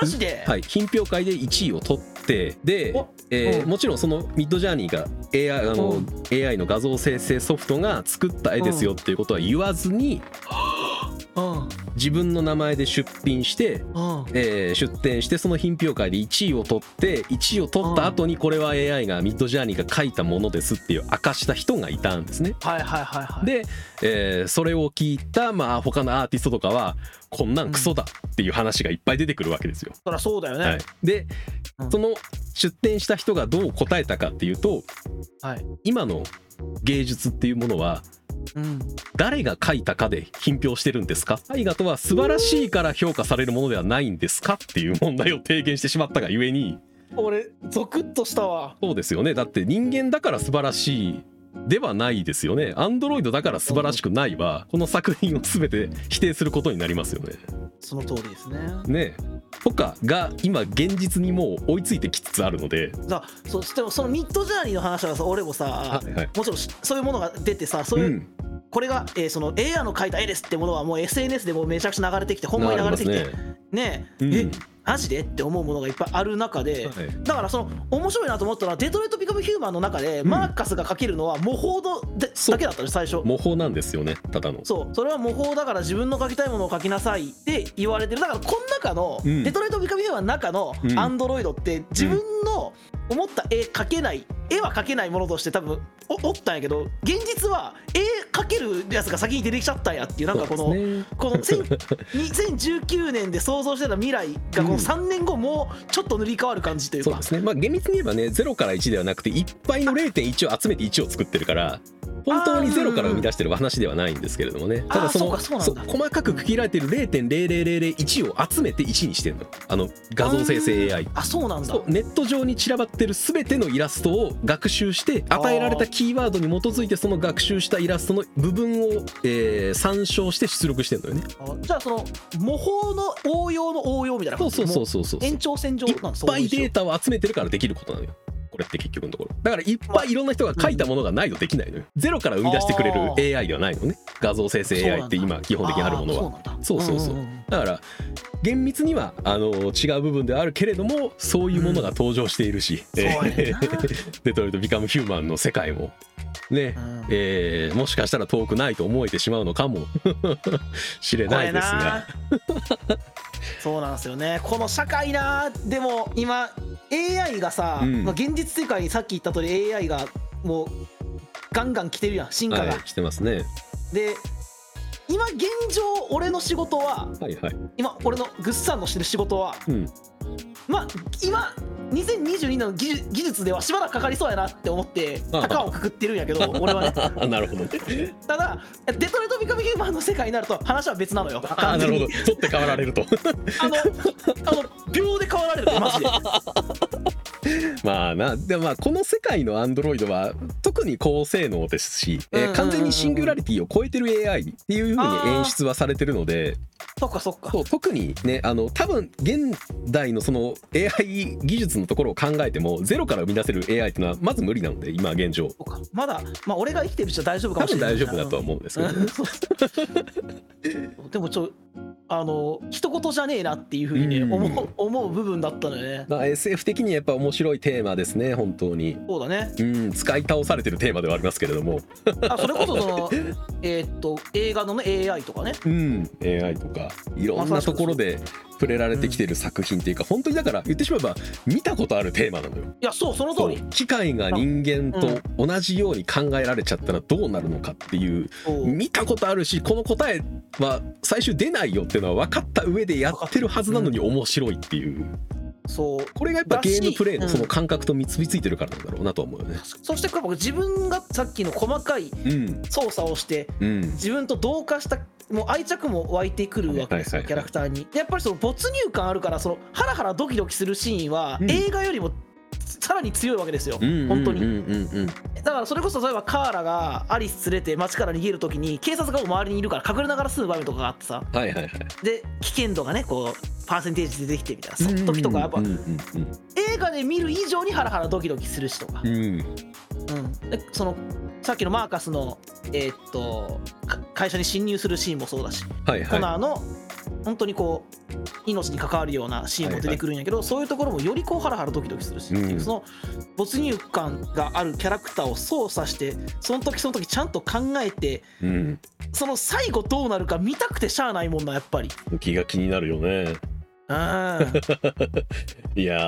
A: マジで、
B: はい、品評会で1位を取ってで
A: お、
B: えー
A: うん
B: もちろんそのミッドジャーニーが AI あの、
A: うん
B: AI の画像生成ソフトが作った絵ですよっていうことは言わずに
A: うん
B: 自分の名前で出品して、
A: うん
B: えー出展してその品評会で1位を取って1位を取った後にこれは AI がミッドジャーニーが描いたものですっていう明かした人がいたんですね。
A: はいはいはいはい
B: で、えーそれを聞いた、まあ、他のアーティストとかはこんなんクソだっていう話がいっぱい出てくるわけですよ。
A: そりゃそうだよ
B: は
A: ね
B: い、で、
A: うん
B: その出展した人がどう答えたかっていうと
A: はい、
B: 今の芸術っていうものは
A: うん
B: 誰が描いたかで品評してるんですか絵画とは素晴らしいから評価されるものではないんですかっていう問題を提言してしまったがゆえに
A: 俺ゾクッとしたわ
B: そうですよねだって人間だから素晴らしいではないですよねアンドロイドだから素晴らしくないはこの作品を全て否定することになりますよね。
A: その通りですね
B: ねえとかが今現実にもう追いついてきつつあるので。
A: だそうでもそのミッドジャーニーの話はさ俺もさ
B: はいはい
A: もちろんしそういうものが出てさそう
B: う
A: いう、
B: ん、
A: これが、えーその AI の描いた絵ですってものはもう SNS でもうめちゃくちゃ流れてきてほんまに流れてき
B: な
A: て
B: りますね
A: ねえ、
B: うん
A: えマジでって思うものがいっぱいある中で、
B: はい
A: だからその面白いなと思ったのは「デトロイト・ビカム・ヒューマン」の中で、
B: ん
A: マーカスが描けるのは模倣ので
B: そう
A: だけだったのよ最初。
B: 模倣なんですよねただの
A: そうそれは模倣だから自分の描きたいものを描きなさいって言われてるだからこの中の、
B: うん
A: デトロイト・ビカム・ヒューマンの中の
B: うん
A: アンドロイドって自分の思った絵描けない絵は描けないものとして多分おおったんやけど現実は絵描けるやつが先に出てきちゃったんやっていうなんかこの。
B: そうですね
A: この1000 2019年で想像してた未来がこ
B: うん
A: の3年後もうちょっと塗り替わる感じという
B: そう
A: か
B: で、すねまあ厳密に言えばね0から1ではなくていっぱいの0.1を集めて1を作ってるから本当に0から生み出してる話ではないんですけれどもね
A: あー
B: ただそ
A: そう
B: の
A: かそうなんだ
B: そう細かく区切られてる0.00001を集めて1にしてるのあの画像生成 AI
A: あそうなんだ
B: そうネット上に散らばってる全てのイラストを学習して与えられたキーワードに基づいてその学習したイラストの部分を、えー参照して出力してるのよね
A: あじゃあその模倣の応用の応用みたいな
B: そ
A: 感
B: う
A: じ
B: そうそう
A: も
B: そうそう
A: 延長線上
B: い
A: な
B: っ
A: んだ
B: ぱいデータを集めてるからできることなのよこれって結局のところだからいっぱいいろんな人が書いたものがないとできないのよゼロから生み出してくれ
A: あ
B: る AI ではないのね画像生成 AI って今基本的にあるものは
A: は
B: そうそうそうだから厳密にはあの違う部分ではあるけれどもそういうものが登場しているし、
A: うんそうやねんな
B: デトロイト・ビカム・ヒューマンの世界もね、 えーもしかしたら遠くないと思えてしまうのかも しれ
A: こ
B: ない
A: れ
B: ですが
A: な そうなんですよねこの社会なでも今 AI がさ、
B: うん
A: まあ現実世界にさっき言った通り AI がもうガンガン来てるやん進化が、
B: はいしてますね
A: で今現状俺の仕事は
B: はいはい
A: 今俺のぐっさんのしてる仕事は
B: うん
A: まあ今2022の技術技術ではしばらくかかりそうやなって思って
B: ああ
A: 高をくくってるんやけど俺はね
B: あなるほどね
A: ただデトロイト・ビカム・ヒューマンの世界になると話は別なのよ
B: あ
A: 完
B: な
A: 全
B: るほ
A: に
B: ど取って代わられると
A: あのあの秒で変わられるねマジで
B: まあなでもまあこの世界のアンドロイドは特に高性能ですし、えー
A: うんうんうんうん
B: 完全にシングラリティを超えてる AI っていうふうに演出はされてるので
A: そっかそっか
B: そう特にねあの多分現代のその AI 技術のところを考えてもゼロから生み出せる AI っていうのはまず無理なので今現状
A: そっかまだまあ俺が生きてる人は大丈夫か
B: 多
A: もし
B: 分
A: れない
B: 大丈夫だとは思うんですけど、ね、
A: うんでもちょあの一言じゃねえなっていうふうにね
B: うん
A: 思う思う部分だったのよね
B: まあ SF 的にやっぱ面白いテーマですね本当に
A: そうだね
B: うん使い倒されてるテーマではありますけれども
A: あそれこそそ のえーっと映画のね AI とかね
B: うん AI とかいろんなところで触れられてきてる作品っていうか本当にだから言ってしまえば見たことあるテーマなのよ
A: いやそうその通り
B: そう機械が人間と同じように考えられちゃったらどうなるのかっていう
A: そう
B: 見たことあるしこの答えは最終出ないよっていうのは分かった上でやってるはずなのに面白いっていう
A: そう
B: これがやっぱ
A: だし
B: ゲームプレイの
A: うん
B: その感覚と結びついてるからなんだろうなとは思うよね。
A: そしてやっぱ自分がさっきの細かい
B: うん
A: 操作をして
B: うん
A: 自分と同化したもう愛着も湧いてくるわけですよ、
B: はいはいはい
A: キャラクターにでやっぱりその没入感あるからそのハラハラドキドキするシーンは
B: うん
A: 映画よりもさらに強いわけですよ、
B: うん
A: 本当に
B: うんうんうんうん
A: だからそれこそ例えばカーラがアリス連れて街から逃げる時に警察がもう周りにいるから隠れながら住む場面とかがあってさ
B: はいはいはい
A: で危険度がねこうパーセンテージで出てきてみたいなその時とかやっぱ
B: うんうんうん
A: 映画で見る以上にハラハラドキドキするしとか
B: う、ん
A: うん、でそのさっきのマーカスの、えーっとか会社に侵入するシーンもそうだし
B: はいは
A: コ
B: い
A: ナーの本当にこう命に関わるようなシーンも出てくるんやけど、そういうところもよりこうハラハラドキドキするし、っていううんその没入感があるキャラクターを操作してその時その時ちゃんと考えて
B: うん
A: その最後どうなるか見たくてしゃあないもんなやっぱり。
B: 気が気になるよね
A: う
B: いや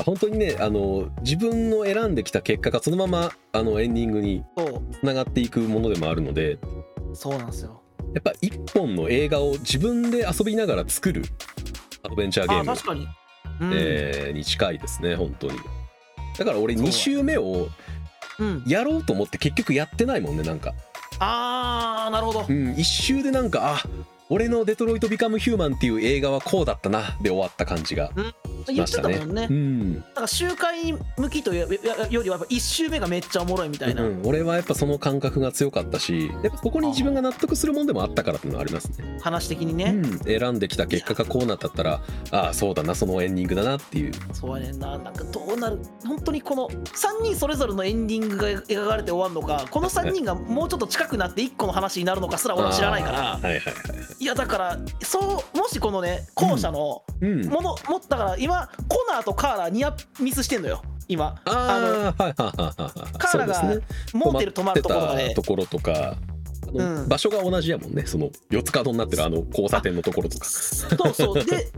B: ー本当にねあの自分の選んできた結果がそのままあのエンディングに
A: ん そ
B: つながっていくものでもあるので
A: うそうなんですよ。
B: やっぱ一本の映画を自分で遊びながら作るアドベンチャーゲ
A: あ
B: ーム、
A: 確かに。うん
B: えーに近いですね本当にだから俺
A: そう
B: 2周目を
A: うん、
B: やろうと思って結局やってないもんねなんか、
A: あーなるほど
B: う。ん、1周でなんかあ俺の「デトロイト・ビカム・ヒューマン」っていう映画はこうだったなで終わった感じがし
A: 言
B: ま
A: っ
B: してた
A: た
B: ね
A: もんね。
B: うん
A: なんか周回向きというよよりはやっぱ1周目がめっちゃおもろいみたいな。
B: うん、俺はやっぱその感覚が強かったしやっぱここに自分が納得するもんでもあったからっていうのはありますね、
A: 話的に
B: う
A: ね、
B: ん、選んできた結果がこうなったったらああそうだなそのエンディングだなっていう
A: そうやねんななんかどうなる本当にこの3人それぞれのエンディングが描かれて終わるのかこの3人がもうちょっと近くなって1個の話になるのかすら俺は知らないから
B: あーはいはいはい
A: いやだからそうもしこのね後者の
B: うん
A: もの、もだから今コナーとカーラーニアミスしてんのよ今
B: ああはいはいはいはいはい
A: カーラが
B: そうですね
A: モーテル泊まるところま
B: 止まって
A: で
B: たところとかあの
A: うん
B: 場所が同じやもんねその四つ角になってるあの交差点のところとか
A: そうそうで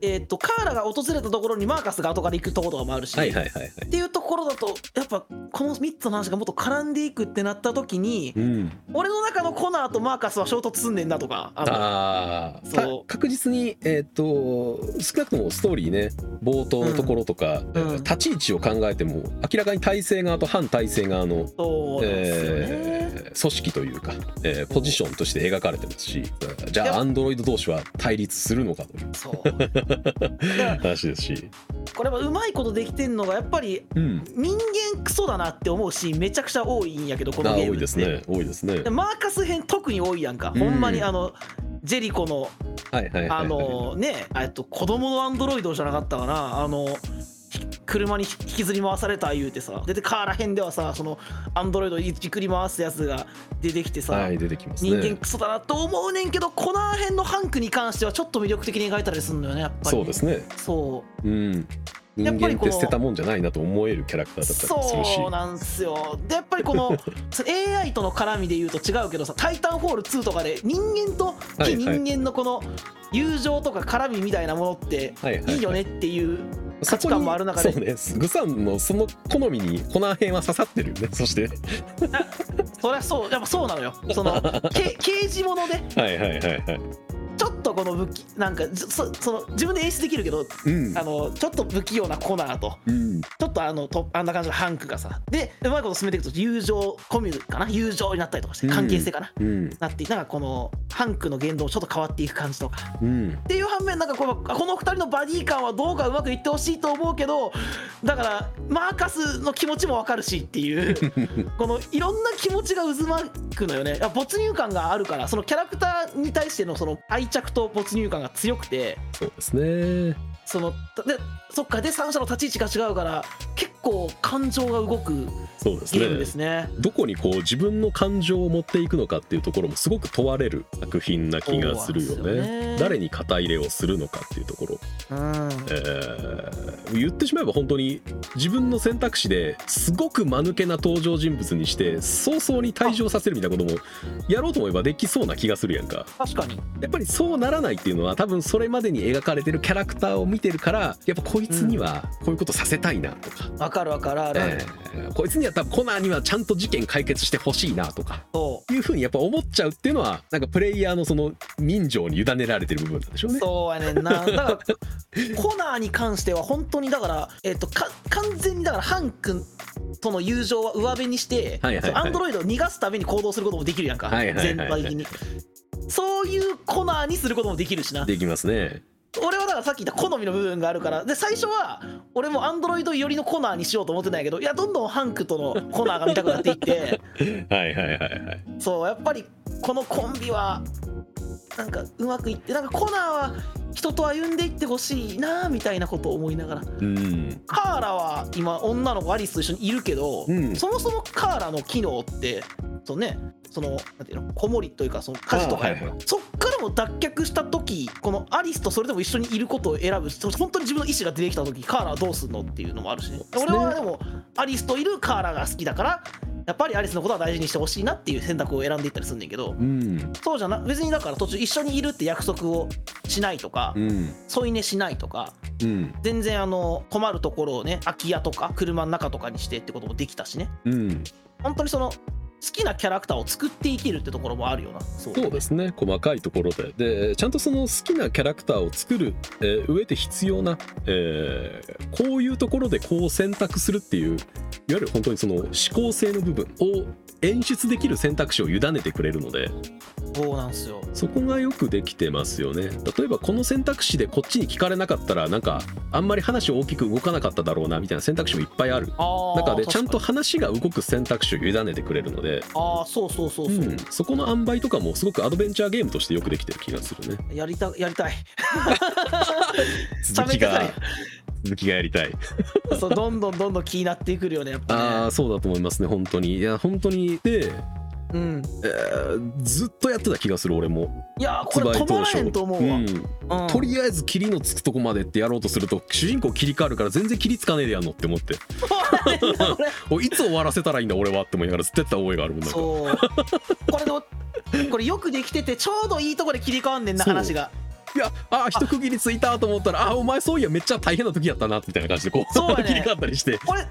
A: えーっとカーラが訪れたところにマーカスが後から行くところとかもあるし、
B: はいはいはいはい
A: っていうところだとやっぱこの3つの話がもっと絡んでいくってなった時に
B: うん
A: 俺の中のコナーとマーカスは衝突すんねんなとかあの
B: ああ
A: そう
B: 確実にえーっと少なくともストーリーね冒頭のところとか、
A: うんうん
B: 立ち位置を考えても明らかに体制側と反体制側の
A: そうなんですよね、
B: えー組織というか、えーポジションとして描かれてますしじ
A: い
B: ゃ
A: や
B: あアンドロイド同士は対立するのかという
A: そうだから
B: 話ですし、
A: これはうまいことできてんのがやっぱり
B: うん、
A: 人間クソだなって思うシーンめちゃくちゃ多いんやけどこ
B: あ
A: のゲームっ
B: 多い
A: て
B: ですね多いですね
A: でマーカス編特に多いやんか、
B: うん
A: ほんまにあのジェリコの
B: はいはいはい、はい、
A: あのねえっと子供のアンドロイドじゃなかったかなあのひ車に引きずり回された言うてさででカーラ編ではさそのアンドロイドいじくり回すやつが出てきてさ、
B: はい出てきますね
A: 人間クソだなと思うねんけどこの辺のハンクに関してはちょっと魅力的に描いたりするのよねやっぱり
B: そうですね
A: そ
B: うん人
A: やっぱ
B: 間
A: り
B: っ
A: この
B: て捨てたもんじゃないなと思えるキャラクタ
A: う
B: ーだったりするし
A: そうなんすよでやっぱりこ のその AI との絡みで言うと違うけどさ「タイタンフォール2」とかで人間と非人間のこの友情とか絡みみたいなものって
B: はいはいはい
A: いいよねっていう価値観もある中で
B: そこにそうねグさんのその好みにこの辺は刺さってるよ ねそして
A: そりゃそうやっぱそうなのよそのけ刑事もので
B: はいはいはいはい
A: ちょっととこの武器なんかずそその自分で演出できるけど
B: うん
A: あのちょっと不器用なコナーと
B: うん
A: ちょっとあのとあんな感じのハンクがさでうまいこと進めていくと友情コミュかな友情になったりとかして
B: うん
A: 関係性かな、
B: うん
A: なっていなんかこのハンクの言動ちょっと変わっていく感じとか
B: うん
A: っていう反面なんかこのこの2人のバディ感はどうかうまくいってほしいと思うけどだからマーカスの気持ちもわかるしっていう このいろんな気持ちが渦巻くのよねいや没入感があるからそのキャラクターに対してのその愛着と没入感が強くて
B: そうですね
A: そのでそっかで三者の立ち位置が違うから結構感情が動く
B: そうです
A: ゲ
B: ね
A: ームですね。
B: どこにこう自分の感情を持っていくのかっていうところもすごく問われる作品な気がするよ
A: そうなんです
B: ね。
A: よね
B: 誰に肩入れをするのかっていうところ、
A: うん
B: えー言ってしまえば本当に自分の選択肢ですごく間抜けな登場人物にして早々に退場させるみたいなこともやろうと思えばできそうな気がするやんか
A: 確かに
B: やっぱりそうならないっていうのは多分それまでに描かれてるキャラクターを見てるからやっぱこいつにはこういうことさせたいなとか、
A: わかるわかるあるある、
B: えーこいつには多分コナーにはちゃんと事件解決してほしいなとか
A: そ
B: いうふうにやっぱ思っちゃうっていうのはなんかプレイヤーのその民情に委ねられてる部分なんでしょう
A: う
B: ね。
A: そうやねん なだからコナーに関しては本当にだから、えっとか完全にだからハン君との友情は上辺にして
B: はいはいはい
A: アンドロイドを逃がすために行動することもできるやんか、
B: はいはいはいは
A: 全
B: い
A: 体的にそういうコナーにすることもできるしな
B: できますね。
A: 俺はだからさっき言った好みの部分があるからで最初は俺もアンドロイド寄りのコナーにしようと思ってないけどいやどんどんハンクとのコナーが見たくなっていって
B: はいはいはいはい。
A: そうやっぱりこのコンビはなんかうまくいってなんかコナーは人と歩んでいってほしいなみたいなことを思いながら
B: うん。
A: カーラは今女の子アリスと一緒にいるけど、
B: うん
A: そもそもカーラの機能ってそうねそのなんていうの子守というかその家事とか
B: あーはいはい
A: そっからも脱却した時このアリスとそれでも一緒にいることを選ぶそ本当に自分の意思が出てきた時カーラはどうするのっていうのもあるし、ね
B: そうですね
A: 俺はでもアリスといるカーラが好きだからやっぱりアリスのことは大事にしてほしいなっていう選択を選んでいったりするんだけど
B: うん。
A: そうじゃな別にだから途中一緒にいるって約束をしないとか
B: うん。
A: 添い寝しないとか
B: うん。
A: 全然あの困るところをね空き家とか車の中とかにしてってこともできたしね
B: うん。
A: 本当にその好きなキャラクターを作っていけるってところもあるよなそう
B: そうですね。細かいところで。で、ちゃんとその好きなキャラクターを作る、えー上で必要な、えーこういうところでこう選択するっていう、いわゆる本当にその思考性の部分を演出できる選択肢を委ねてくれるので、
A: そうなんですよ
B: そこがよくできてますよね例えばこの選択肢でこっちに聞かれなかったらなんかあんまり話大きく動かなかっただろうなみたいな選択肢もいっぱいある
A: ああ
B: 中でちゃんと
A: 確か
B: 話が動く選択肢を委ねてくれるので、
A: にああそうそうそう
B: う
A: そう、
B: ん、そこの塩梅とかもすごくアドベンチャーゲームとしてよくできてる気がするね
A: やりたやりたい
B: 続
A: 冷め
B: きが
A: てた
B: 続きがやりたい
A: そうどんどんどんどん気になってくるよねやっ
B: あ
A: ぱ
B: あそうだと思いますね本当にいや本当にで、
A: ねうん
B: えーずっとやってた気がする俺も
A: いやーこ
B: 発
A: れ
B: 売
A: 止
B: 当
A: まら
B: 初
A: へんと思うわ、
B: ん
A: うん
B: とりあえず霧のつくとこまでってやろうとすると主人公切り替わるから全然切りつかねえでやんのって思って
A: 止まらへんなこれ
B: おいいつ終わらせたらいいんだ俺はって思いながらずっとやってた覚えがあるもんなんか
A: そうこれでもこれよくできててちょうどいいとこで切り替わんねんな
B: そう
A: 話が
B: いやあー一区切りついたと思ったらあーお前そういやめっちゃ大変な時やったなみたいな感じでこう
A: そうやね
B: 切り替わったりして
A: これ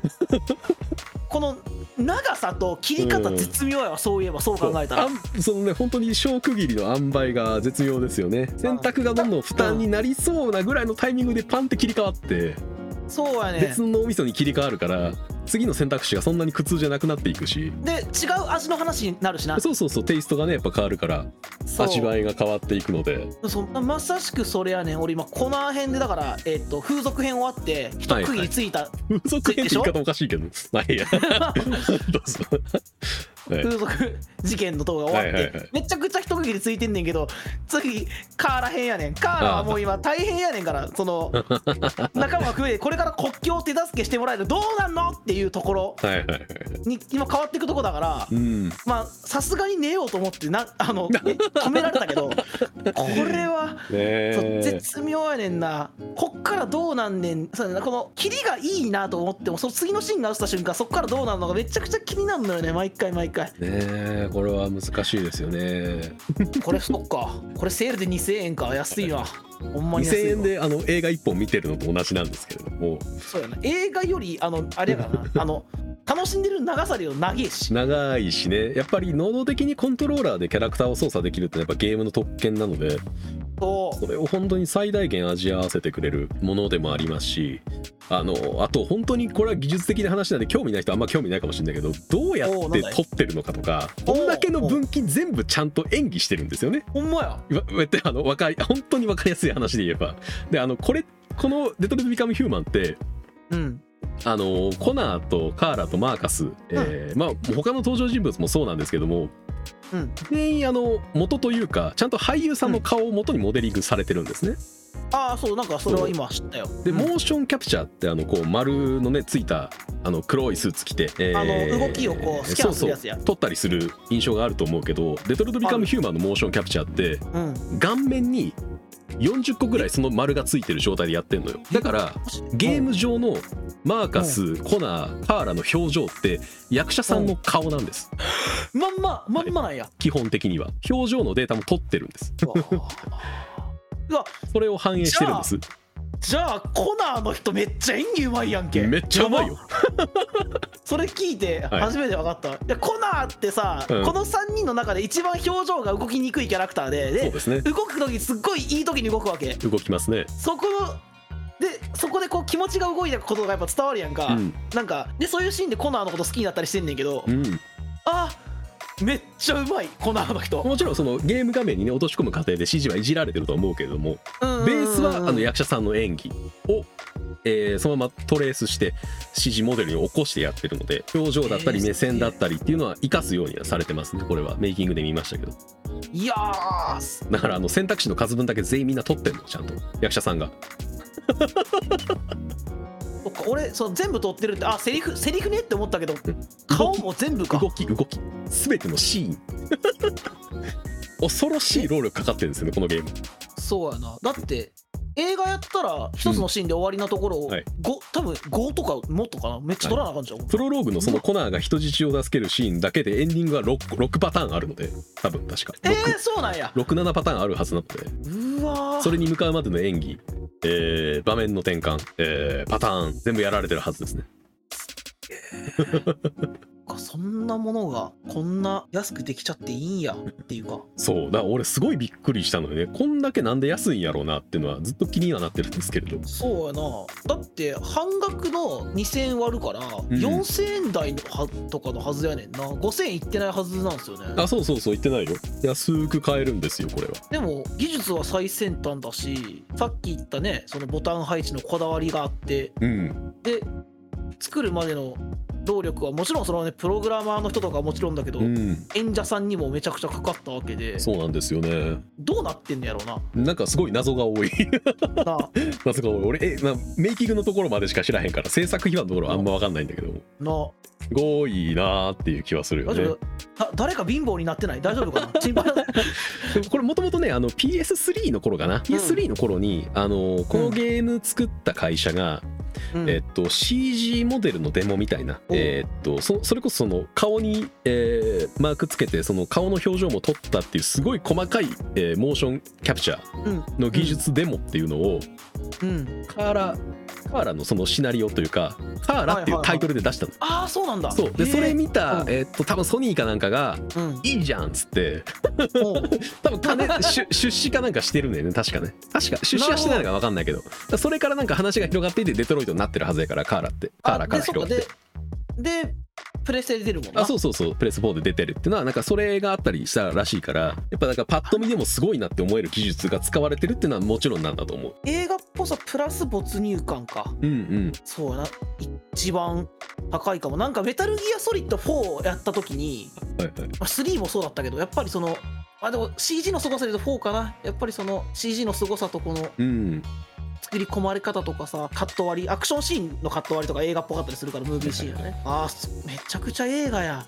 A: この長さと切り方絶妙やわ、そういえばそう考えたら
B: あんそのね本当に小区切りの塩梅が絶妙ですよね選択がどんどん負担になりそうなぐらいのタイミングでパンって切り替わって
A: そうやね
B: 別の脳みそに切り替わるから次の選択肢がそんなに苦痛じゃなくなっていくし
A: で違う味の話になるしな
B: そうそうそうテイストがねやっぱ変わるから
A: そう
B: 味わいが変わっていくので
A: そうまさしくそれやねん俺今この辺でだから、えっと風俗編終わって一区切りついた、
B: 風俗編って言い方おかしいけどまあい いやどうぞはい
A: 風俗事件の動画終わって、
B: はいはいはい
A: めちゃくちゃ一区切りついてんねんけど次カーラ編やねんカーラはもう今大変やねんからそ の仲間増えこれから国境を手助けしてもらえるどうなんのっていうところ
B: はいはいはい
A: に今変わっていくとこだから
B: うん
A: まあさすがに寝ようと思ってなあ の、ね止められたけどこれは
B: ねえ
A: そう絶妙やねんなこっからどうなんねんそうやなこのキリがいいなと思ってもその次のシーンが映った瞬間そっからどうなるのかめちゃくちゃ気になるのよね毎回毎回
B: ねえこれは難しいですよね
A: これそっかこれセールで2000円か安いなほんまに安いわ
B: 2000円であの映画1本見てるのと同じなんですけれども
A: そうやな映画よりあのあれやから なあの楽しんでる長さより長いし
B: 長いしねやっぱり能動的にコントローラーでキャラクターを操作できるってのはやっぱゲームの特権なので
A: そ
B: それを本当に最大限味合わせてくれるものでもありますしあのあと本当にこれは技術的な話なんで興味ない人あんま興味ないかもしれないけどどうやっ
A: おうな
B: て
A: んだい
B: 撮ってるのかとか
A: おう
B: こんだけの分岐全部ちゃんと演技してるんですよね。
A: うほんまや
B: わわってあのわかり本当に分かりやすい話で言えば。であのこれこの「デトロイト・ビカム・ヒューマン」って
A: うん
B: あのコナーとカーラとマーカス、えーまあ、他の登場人物もそうなんですけども
A: うん
B: 全員あの元というかちゃんと俳優さんの顔を元にモデリングされてるんですね。
A: ああそうなんかそれは今知ったよ
B: で
A: うん
B: モーションキャプチャーってあのこう丸のねついたあの黒いスーツ着て、えー
A: あの動きをこうスキャンするやつや
B: そうそう撮ったりする印象があると思うけど「デトロイト・ビカム・ヒューマン」のモーションキャプチャーって
A: うん
B: 顔面に40個ぐらいその丸がついてる状態でやってんのよだからゲーム上のマーカスコナーカーラの表情って役者さんの顔なんです
A: まんままんまなんや
B: 基本的には表情のデータも取ってるんです
A: うわうわ
B: それを反映してるんです
A: じゃあコナーの人めっちゃ演技うまいやんけ
B: めっちゃうまい
A: や
B: よ
A: ばそれ聞いて
B: はい
A: 初めて分かった、い、やコナーってさ、
B: うん
A: この3人の中で一番表情が動きにくいキャラクターで
B: そう
A: で
B: ですね
A: 動く時すっごいいい時に動くわけ
B: 動きますね
A: そこのでそこでこう気持ちが動いたことがやっぱ伝わるやんか、
B: うん
A: なんかでそういうシーンでコナーのこと好きになったりしてんねんけど、
B: うん
A: あめっちゃうまいコナーの人、
B: もちろんそのゲーム画面にね落とし込む過程で指示はいじられてるとは思うけれども
A: うん
B: ベースはあの役者さんの演技を、えーそのままトレースして指示モデルに起こしてやってるので表情だったり
A: えー
B: 目線だったりっていうのは生かすようにはされてますねこれはメイキングで見ましたけど
A: いやーす
B: だからあの選択肢の数分だけ全員みんな取ってんのちゃんと役者さんが
A: そっか俺その全部撮ってるってあセリフセリフねって思ったけど
B: ん
A: 顔も全部か
B: 動き動き全てのシーン恐ろしい労力かかってるんですよねこのゲーム
A: そうやなだって映画やったら一つのシーンで終わりなところを、
B: んはい
A: ご多分5とかもっとかなめっちゃ撮らなあかんじゃん、
B: プロローグのそのコナーが人質を助けるシーンだけでエンディングは 6, 6パターンあるので多分確か
A: え
B: 6
A: ー、そうなんや
B: 67パターンあるはずなので
A: うわー
B: それに向かうまでの演技、えー場面の転換、えーパターン全部やられてるはずですね
A: そっかそんなものがこんな安くできちゃっていいんやっていうか
B: そうだから俺すごいびっくりしたのでねこんだけなんで安いんやろうなっていうのはずっと気にはなってるんですけれど
A: そうやなだって半額の2000円割るから、
B: ん
A: 4000円台のはとかのはずやねんな5000円いってないはずなんですよね
B: あそうそうそう言ってないよ安く買えるんですよこれは
A: でも技術は最先端だしさっき言ったねそのボタン配置のこだわりがあって
B: うん
A: で作るまでの労力はもちろんそのねプログラマーの人とかはもちろんだけど、
B: うん
A: 演者さんにもめちゃくちゃかかったわけで
B: そうなんですよね
A: どうなってんのやろう
B: なんかすごい謎が 多い
A: なな
B: 謎が多い俺え、まあ、メイキングのところまでしか知らへんから制作秘話のところあんま分かんないんだけど
A: な
B: すごいなーっていう気はするよ
A: 大
B: ね
A: 丈夫だ誰か貧乏になってない大丈夫かな 心配だ
B: これもともとねあの PS3 の頃かな、PS3 の頃にあのこのゲーム作った会社が、
A: うん
B: えっと、CG モデルのデモみたいな、
A: おう
B: えっと、そそれこそその顔に、えーマークつけてその顔の表情も撮ったっていうすごい細かい、えーモーションキャプチャー
A: うん
B: の技術デモっていうのを、
A: うん
B: カーラカーラのそのシナリオというかカーラっていうタイトルで出したの。
A: ああそうなんだ
B: そうで
A: へー
B: それ見た
A: う、ん
B: えっと多分ソニーかなんかが
A: うん
B: 「いいじゃん」っつって
A: おう
B: 多 分金出出資かなんかしてるんだよね確かね確か出資はしてないのか分かんないけどそれからなんか話が広がっていてデトロイトになってるはずやからカーラってカーラ
A: あ
B: か
A: で
B: ら
A: そっか
B: 広がって
A: ででプレステで出るもんな
B: あそうそうそうプレス4で出てるっていうのはなんかそれがあったりしたらしいからやっぱなんかパッと見でもすごいなって思える技術が使われてるっていうのはもちろんなんだと思う
A: 映画っぽさプラス没入感か
B: うんうん
A: そうやな一番高いかもなんかメタルギアソリッド4やった時に
B: はいはい
A: まあ3もそうだったけどやっぱりそのあでも CG の凄さで言うと4かなやっぱりその CG の凄さとこの
B: うん
A: 作り込まれ方とかさカット割りアクションシーンのカット割りとか映画っぽかったりするからムービーシーンはねあーそめちゃくちゃ映画や、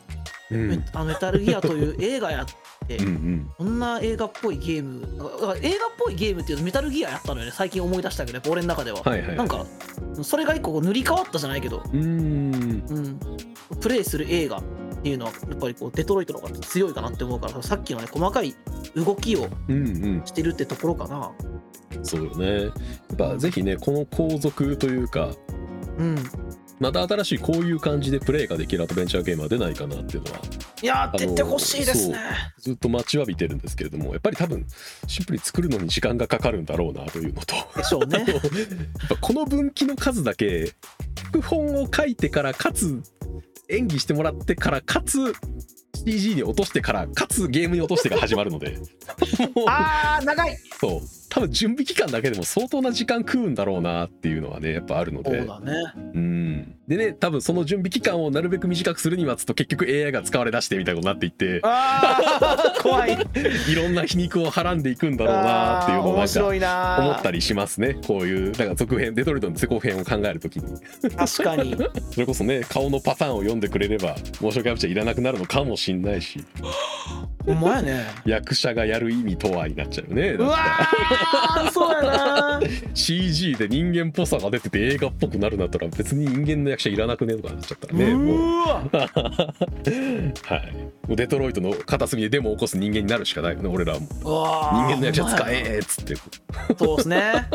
B: うんう
A: メ
B: ん
A: あメタルギアという映画やって、
B: うん
A: こんな映画っぽいゲームだから映画っぽいゲームっていうとメタルギアやったのよね最近思い出したけどやっぱ俺の中では、
B: はいはい
A: なんかそれが一個こう塗り替わったじゃないけど、
B: うーん
A: うん、プレイする映画っていうのはやっぱりこうデトロイトの方が強いかなって思うからさっきのね細かい動きを
B: うんうん
A: してるってところかな
B: そうよねやっぱぜひねこの後続というか
A: うん
B: また新しいこういう感じでプレイができるアドベンチャーゲームは出ないかなっていうのはい
A: やー、出てほしいですね。
B: ずっと待ちわびてるんですけれどもやっぱり多分シンプルに作るのに時間がかかるんだろうなというのとや
A: でしょうね。
B: っぱこの分岐の数だけ脚本を書いてからかつ演技してもらってからかつ CG に落としてからかつゲームに落としてが始まるのでもう
A: あー、長い。
B: そう多分準備期間だけでも相当な時間食うんだろうなっていうのはねやっぱあるの
A: そう
B: で
A: だね。
B: うんでね多分その準備期間をなるべく短くするにはつと結局 AI が使われだしてみたいなことになっていって
A: あー、怖い。
B: いろんな皮肉をはらんでいくんだろうなっていう
A: あ
B: の
A: ー
B: をな
A: 面
B: んか
A: 白いなー
B: 思ったりしますねこういうだから続編デトロイトの続編を考えるときに
A: 確かに。
B: それこそね顔のパターンを読んでくれればモーションキャプチャーいらなくなるのかもしんないし
A: お前ね。
B: 役者がやる意味とはになっちゃうね
A: うわー、そうやなー。
B: CG で人間っぽさが出てて映画っぽくなるんだったら別に人間の役者いらなくねとかなっちゃったらね
A: う
B: もう
A: ーわ。
B: はいもうデトロイトの片隅でデモを起こす人間になるしかないよね俺らはもう
A: うわ
B: 人
A: ー
B: 間の役者使えーっつって
A: そうですね。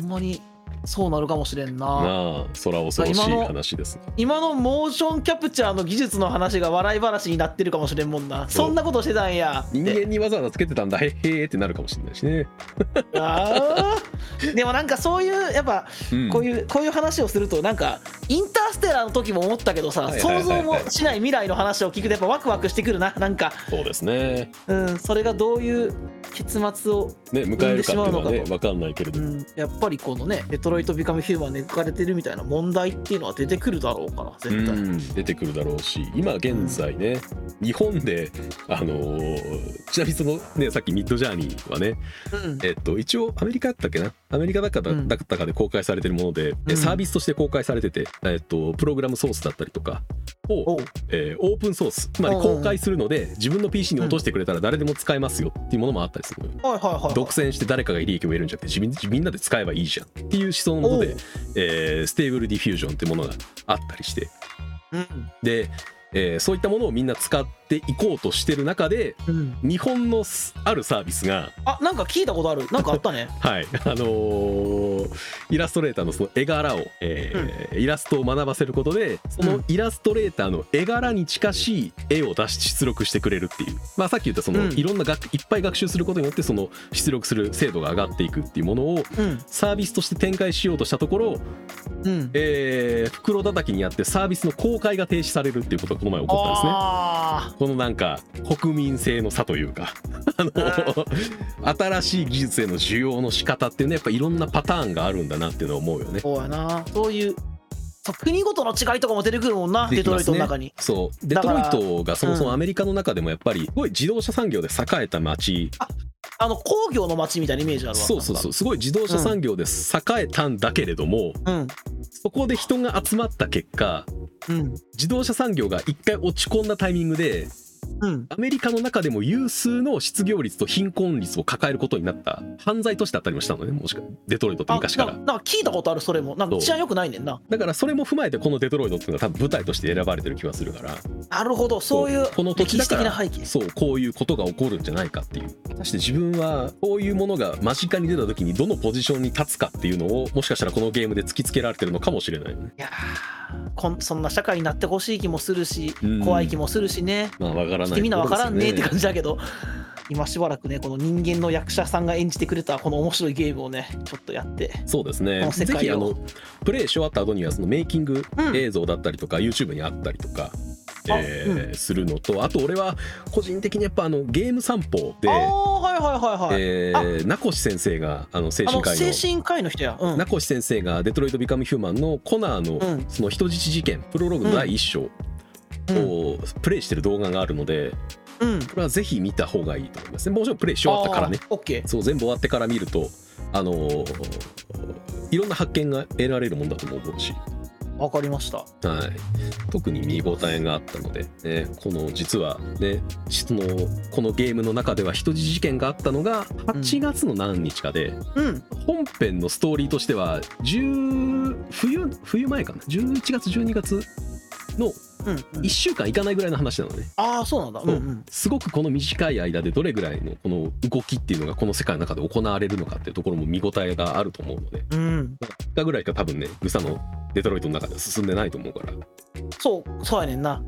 A: ほんまにそうなるかもしれんな。
B: なあ空恐ろしい
A: 今の
B: 話ですね
A: 今のモーションキャプチャーの技術の話が笑い話になってるかもしれんもんな。
B: そう
A: そんなことしてたんや。
B: 人間にわざわざつけてたんだへっへーってなるかもしれないしね、
A: あーでもなんかそういうやっぱ
B: うん
A: こういう、こういう話をするとなんかインターステラーの時も思ったけどさ、
B: はいはいはいはい
A: 想像もしない未来の話を聞くとやっぱワクワクしてくるななんか、
B: そうですね
A: うん、それがどういう結末を、
B: ね迎えるかっていうの
A: 生んでしま
B: は
A: うの
B: ね
A: かと
B: 分かんないけれど
A: う
B: も、
A: ん、やっぱりこのね「デトロイト・ビカム・ヒューマン」に描かれてるみたいな問題っていうのは出てくるだろうから絶対。
B: うん出てくるだろうし今現在ね、日本であのーちなみにそのねさっきミッドジャーニーはね
A: うん
B: えっと、一応アメリカだったっけなアメリカだったか,、
A: うん
B: だったかで公開されてるもので、
A: う
B: で
A: ん
B: サービスとして公開されてて、えっと、プログラムソースだったりとかを、
A: おう
B: えーオープンソースつまり公開するので自分の PC に落としてくれたら誰でも使えますよっていうものもあったりするのよ
A: はいはいはい。
B: 独占して誰かが利益を得るんじゃなくて自分自みんなで使えばいいじゃんっていう思想のもと
A: お
B: で
A: う、
B: えーステーブルディフュージョンってものがあったりして
A: うん
B: で、えーそういったものをみんな使っていこうとしてる中で
A: うん、
B: 日本のすあるサービスが
A: あなんか聞いたことあるなんかあったね
B: はい、 あのーイラストレーターのその絵柄を、えーイラストを学ばせることでそうの
A: ん
B: イラストレーターの絵柄に近しい絵を出し出力してくれるっていう、まあ、さっき言ったその、
A: うん
B: いろんな学いっぱい学習することによってその出力する精度が上がっていくっていうものを
A: うん
B: サービスとして展開しようとしたところ、
A: うん
B: えー、袋叩きにあってサービスの公開が停止されるっていうことがこの前起こったんですね。
A: あ
B: このなんか国民性の差というか あの新しい技術への需要の仕方っていうねやっぱいろんなパターンがあるんだなっていうのを思うよね
A: ー。そうやなそういうそう国ごとの違いとかも出てくるもんな、デ
B: でき
A: ト
B: ま
A: ロイ
B: す
A: ト
B: ね
A: の中に
B: そうデ
A: だ
B: ト
A: か
B: ロ
A: ら
B: イトがそもそうも
A: ん
B: アメリカの中でもやっぱりすごい自動車産業で栄えた街
A: あの工業の街みたいなイメージあるわ
B: そうそうそうすごい自動車産業で栄えたんだけれども
A: なんか
B: そこで人が集まった結果
A: うんうん
B: 自動車産業が一回落ち込んだタイミングで
A: うん
B: アメリカの中でも有数の失業率と貧困率を抱えることになった犯罪都市だったりもしたのねもしかデトロイトって
A: あ
B: 昔から
A: な。んなんか聞いたことあるそれもなんか治安良くないねんな
B: だからそれも踏まえてこの「デトロイト」っていうのが多分舞台として選ばれてる気がするから
A: なるほどそういう
B: この土地
A: 歴
B: だ
A: 史
B: か
A: 的
B: ら
A: な背景
B: そうこういうことが起こるんじゃないかっていう果たして自分はこういうものが間近に出た時にどのポジションに立つかっていうのをもしかしたらこのゲームで突きつけられてるのかもしれないよね
A: いやーこんそんな社会になってほしい気もするし、
B: うん
A: 怖い気もするしね
B: まあわからない
A: みんなわからんねって
B: こと
A: 感じだけど、今しばらくねこの人間の役者さんが演じてくれたこの面白いゲームをねちょっとやって
B: そうですね
A: この世
B: ぜ
A: 界を
B: ひあのプレイし終わった後にはそのメイキング
A: うん
B: 映像だったりとか、YouTube にあったりとか、
A: あ
B: えーするのとあと俺は個人的にやっぱあのゲーム散歩で
A: ああはいはいはいはい、
B: えー名越先生があの精
A: あ
B: 神
A: の
B: 科医
A: 精
B: の
A: 神科医の人や、うん、
B: 名越先生が「デトロイト・ビカム・ヒューマン」のコナーの
A: うん
B: その人質事件プロローグの第1章
A: うん
B: をプレイしてる動画があるので
A: うん
B: これはぜひ見た方がいいと思いますねもちろんプレイし終わったからね
A: あーオッケ
B: そう全部終わってから見るとあのーいろんな発見が得られるもんだとも思うし、
A: ーわかりました
B: はい、特に見応えがあったので、ね、この実はねそのこのゲームの中では人質事件があったのが8月の何日かで、
A: うん
B: 本編のストーリーとしては10冬冬前かな11月12月の
A: うんうん
B: 1週間いかないぐらいの話なのね
A: ああそうなんだうんうん
B: すごくこの短い間でどれぐらいのこの動きっていうのがこの世界の中で行われるのかっていうところも見応えがあると思うので
A: うん、
B: 3日ぐらいしか多分ねグサのデトロイトの中では進んでないと思うから
A: そうそうやねんな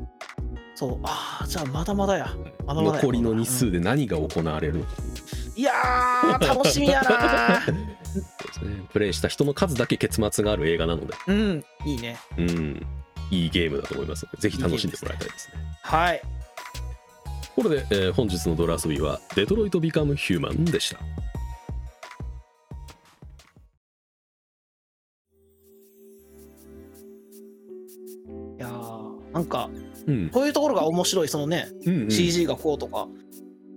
A: そうああじゃあまだまだやまだまだや
B: 残りの日数で何が行われるのか
A: いやー楽しみやな ー
B: ですねプレイした人の数だけ結末がある映画なので
A: うんいいね
B: うんいいゲームだと思いますのでぜひ楽しんでもらいたいですね
A: はい
B: これで、えー本日のドラ遊びは「デトロイト・ビカム・ヒューマン」でした
A: いやーなんか
B: うん、
A: こういうところが面白いそのね、
B: うんうん
A: CG がこうとか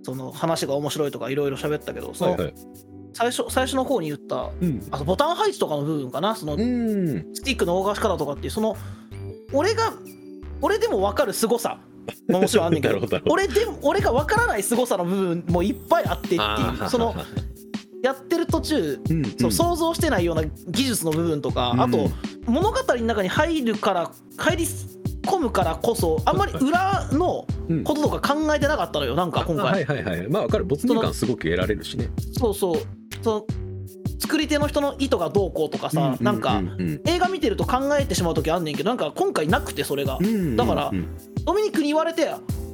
A: その話が面白いとかいろいろ喋ったけどそ
B: はい
A: の
B: はい
A: 最初最初の方に言った
B: うん
A: あとボタン配置とかの部分かなその
B: うん
A: スティックの動かし方とかっていうその俺が俺でも分かる凄さまあもちろんあんねんけ
B: なる
A: ど
B: ほどなるほど
A: 俺でも俺が分からない凄さの部分もいっぱいあってってい
B: あー
A: うそのやってる途中
B: うん
A: そうの想像してないような技術の部分とか、
B: うん
A: あと物語の中に入るから入り込むからこそあんまり裏の
B: うん
A: こととか考えてなかったのよなんか今回、
B: あはいはいはいまあわかる没入感すごく得られるしね
A: そうそうその作り手の人の意図がどうこうとかさ、なんか、
B: ううん
A: 映画見てると考えてしまう時あんねんけどなんか今回なくてそれが、
B: うん
A: だから
B: うんうん
A: ドミニクに言われて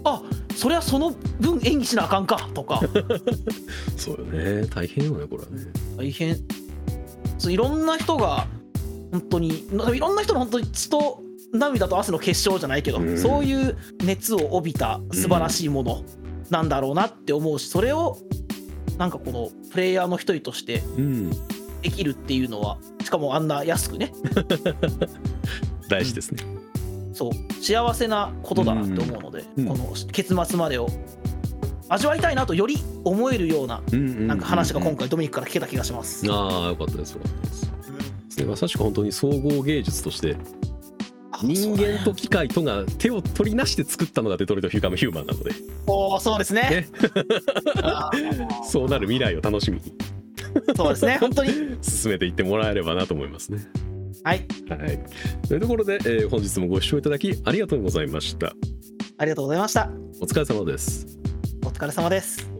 A: あそりゃその分演技しなあかんかと か
B: そうよね大変よねこれはね
A: 大変そういろんな人が本当にないろんな人の本当に血と涙と汗の結晶じゃないけど、
B: うん
A: そういう熱を帯びた素晴らしいものなんだろうなって思うしそれをなんかこのプレイヤーの一人として
B: うん
A: できるっていうのはしかもあんな安くね
B: 大事ですね
A: そう幸せなことだなって思うので、
B: うん
A: この結末までを味わいたいなとより思えるような
B: な
A: なんか話が今
B: 回
A: 回ドミニクから聞けた気がします。
B: ああよかったですよかったです
A: うん
B: ですねまさしく本当に総合芸術として
A: あ
B: 人
A: そうだね
B: 間と機械とが手を取りなして作ったのがデトロイト・ヒューカム・ヒューマンなので
A: おーそうです ね
B: ね
A: あー
B: そうなる未来を楽しみに
A: そうですね本当に
B: 進めていってもらえればなと思いますね。
A: はい
B: はい、というところで、えー本日もご視聴いただきありがとうございました。
A: ありがとうございました
B: お疲れ様です。
A: お疲れ様です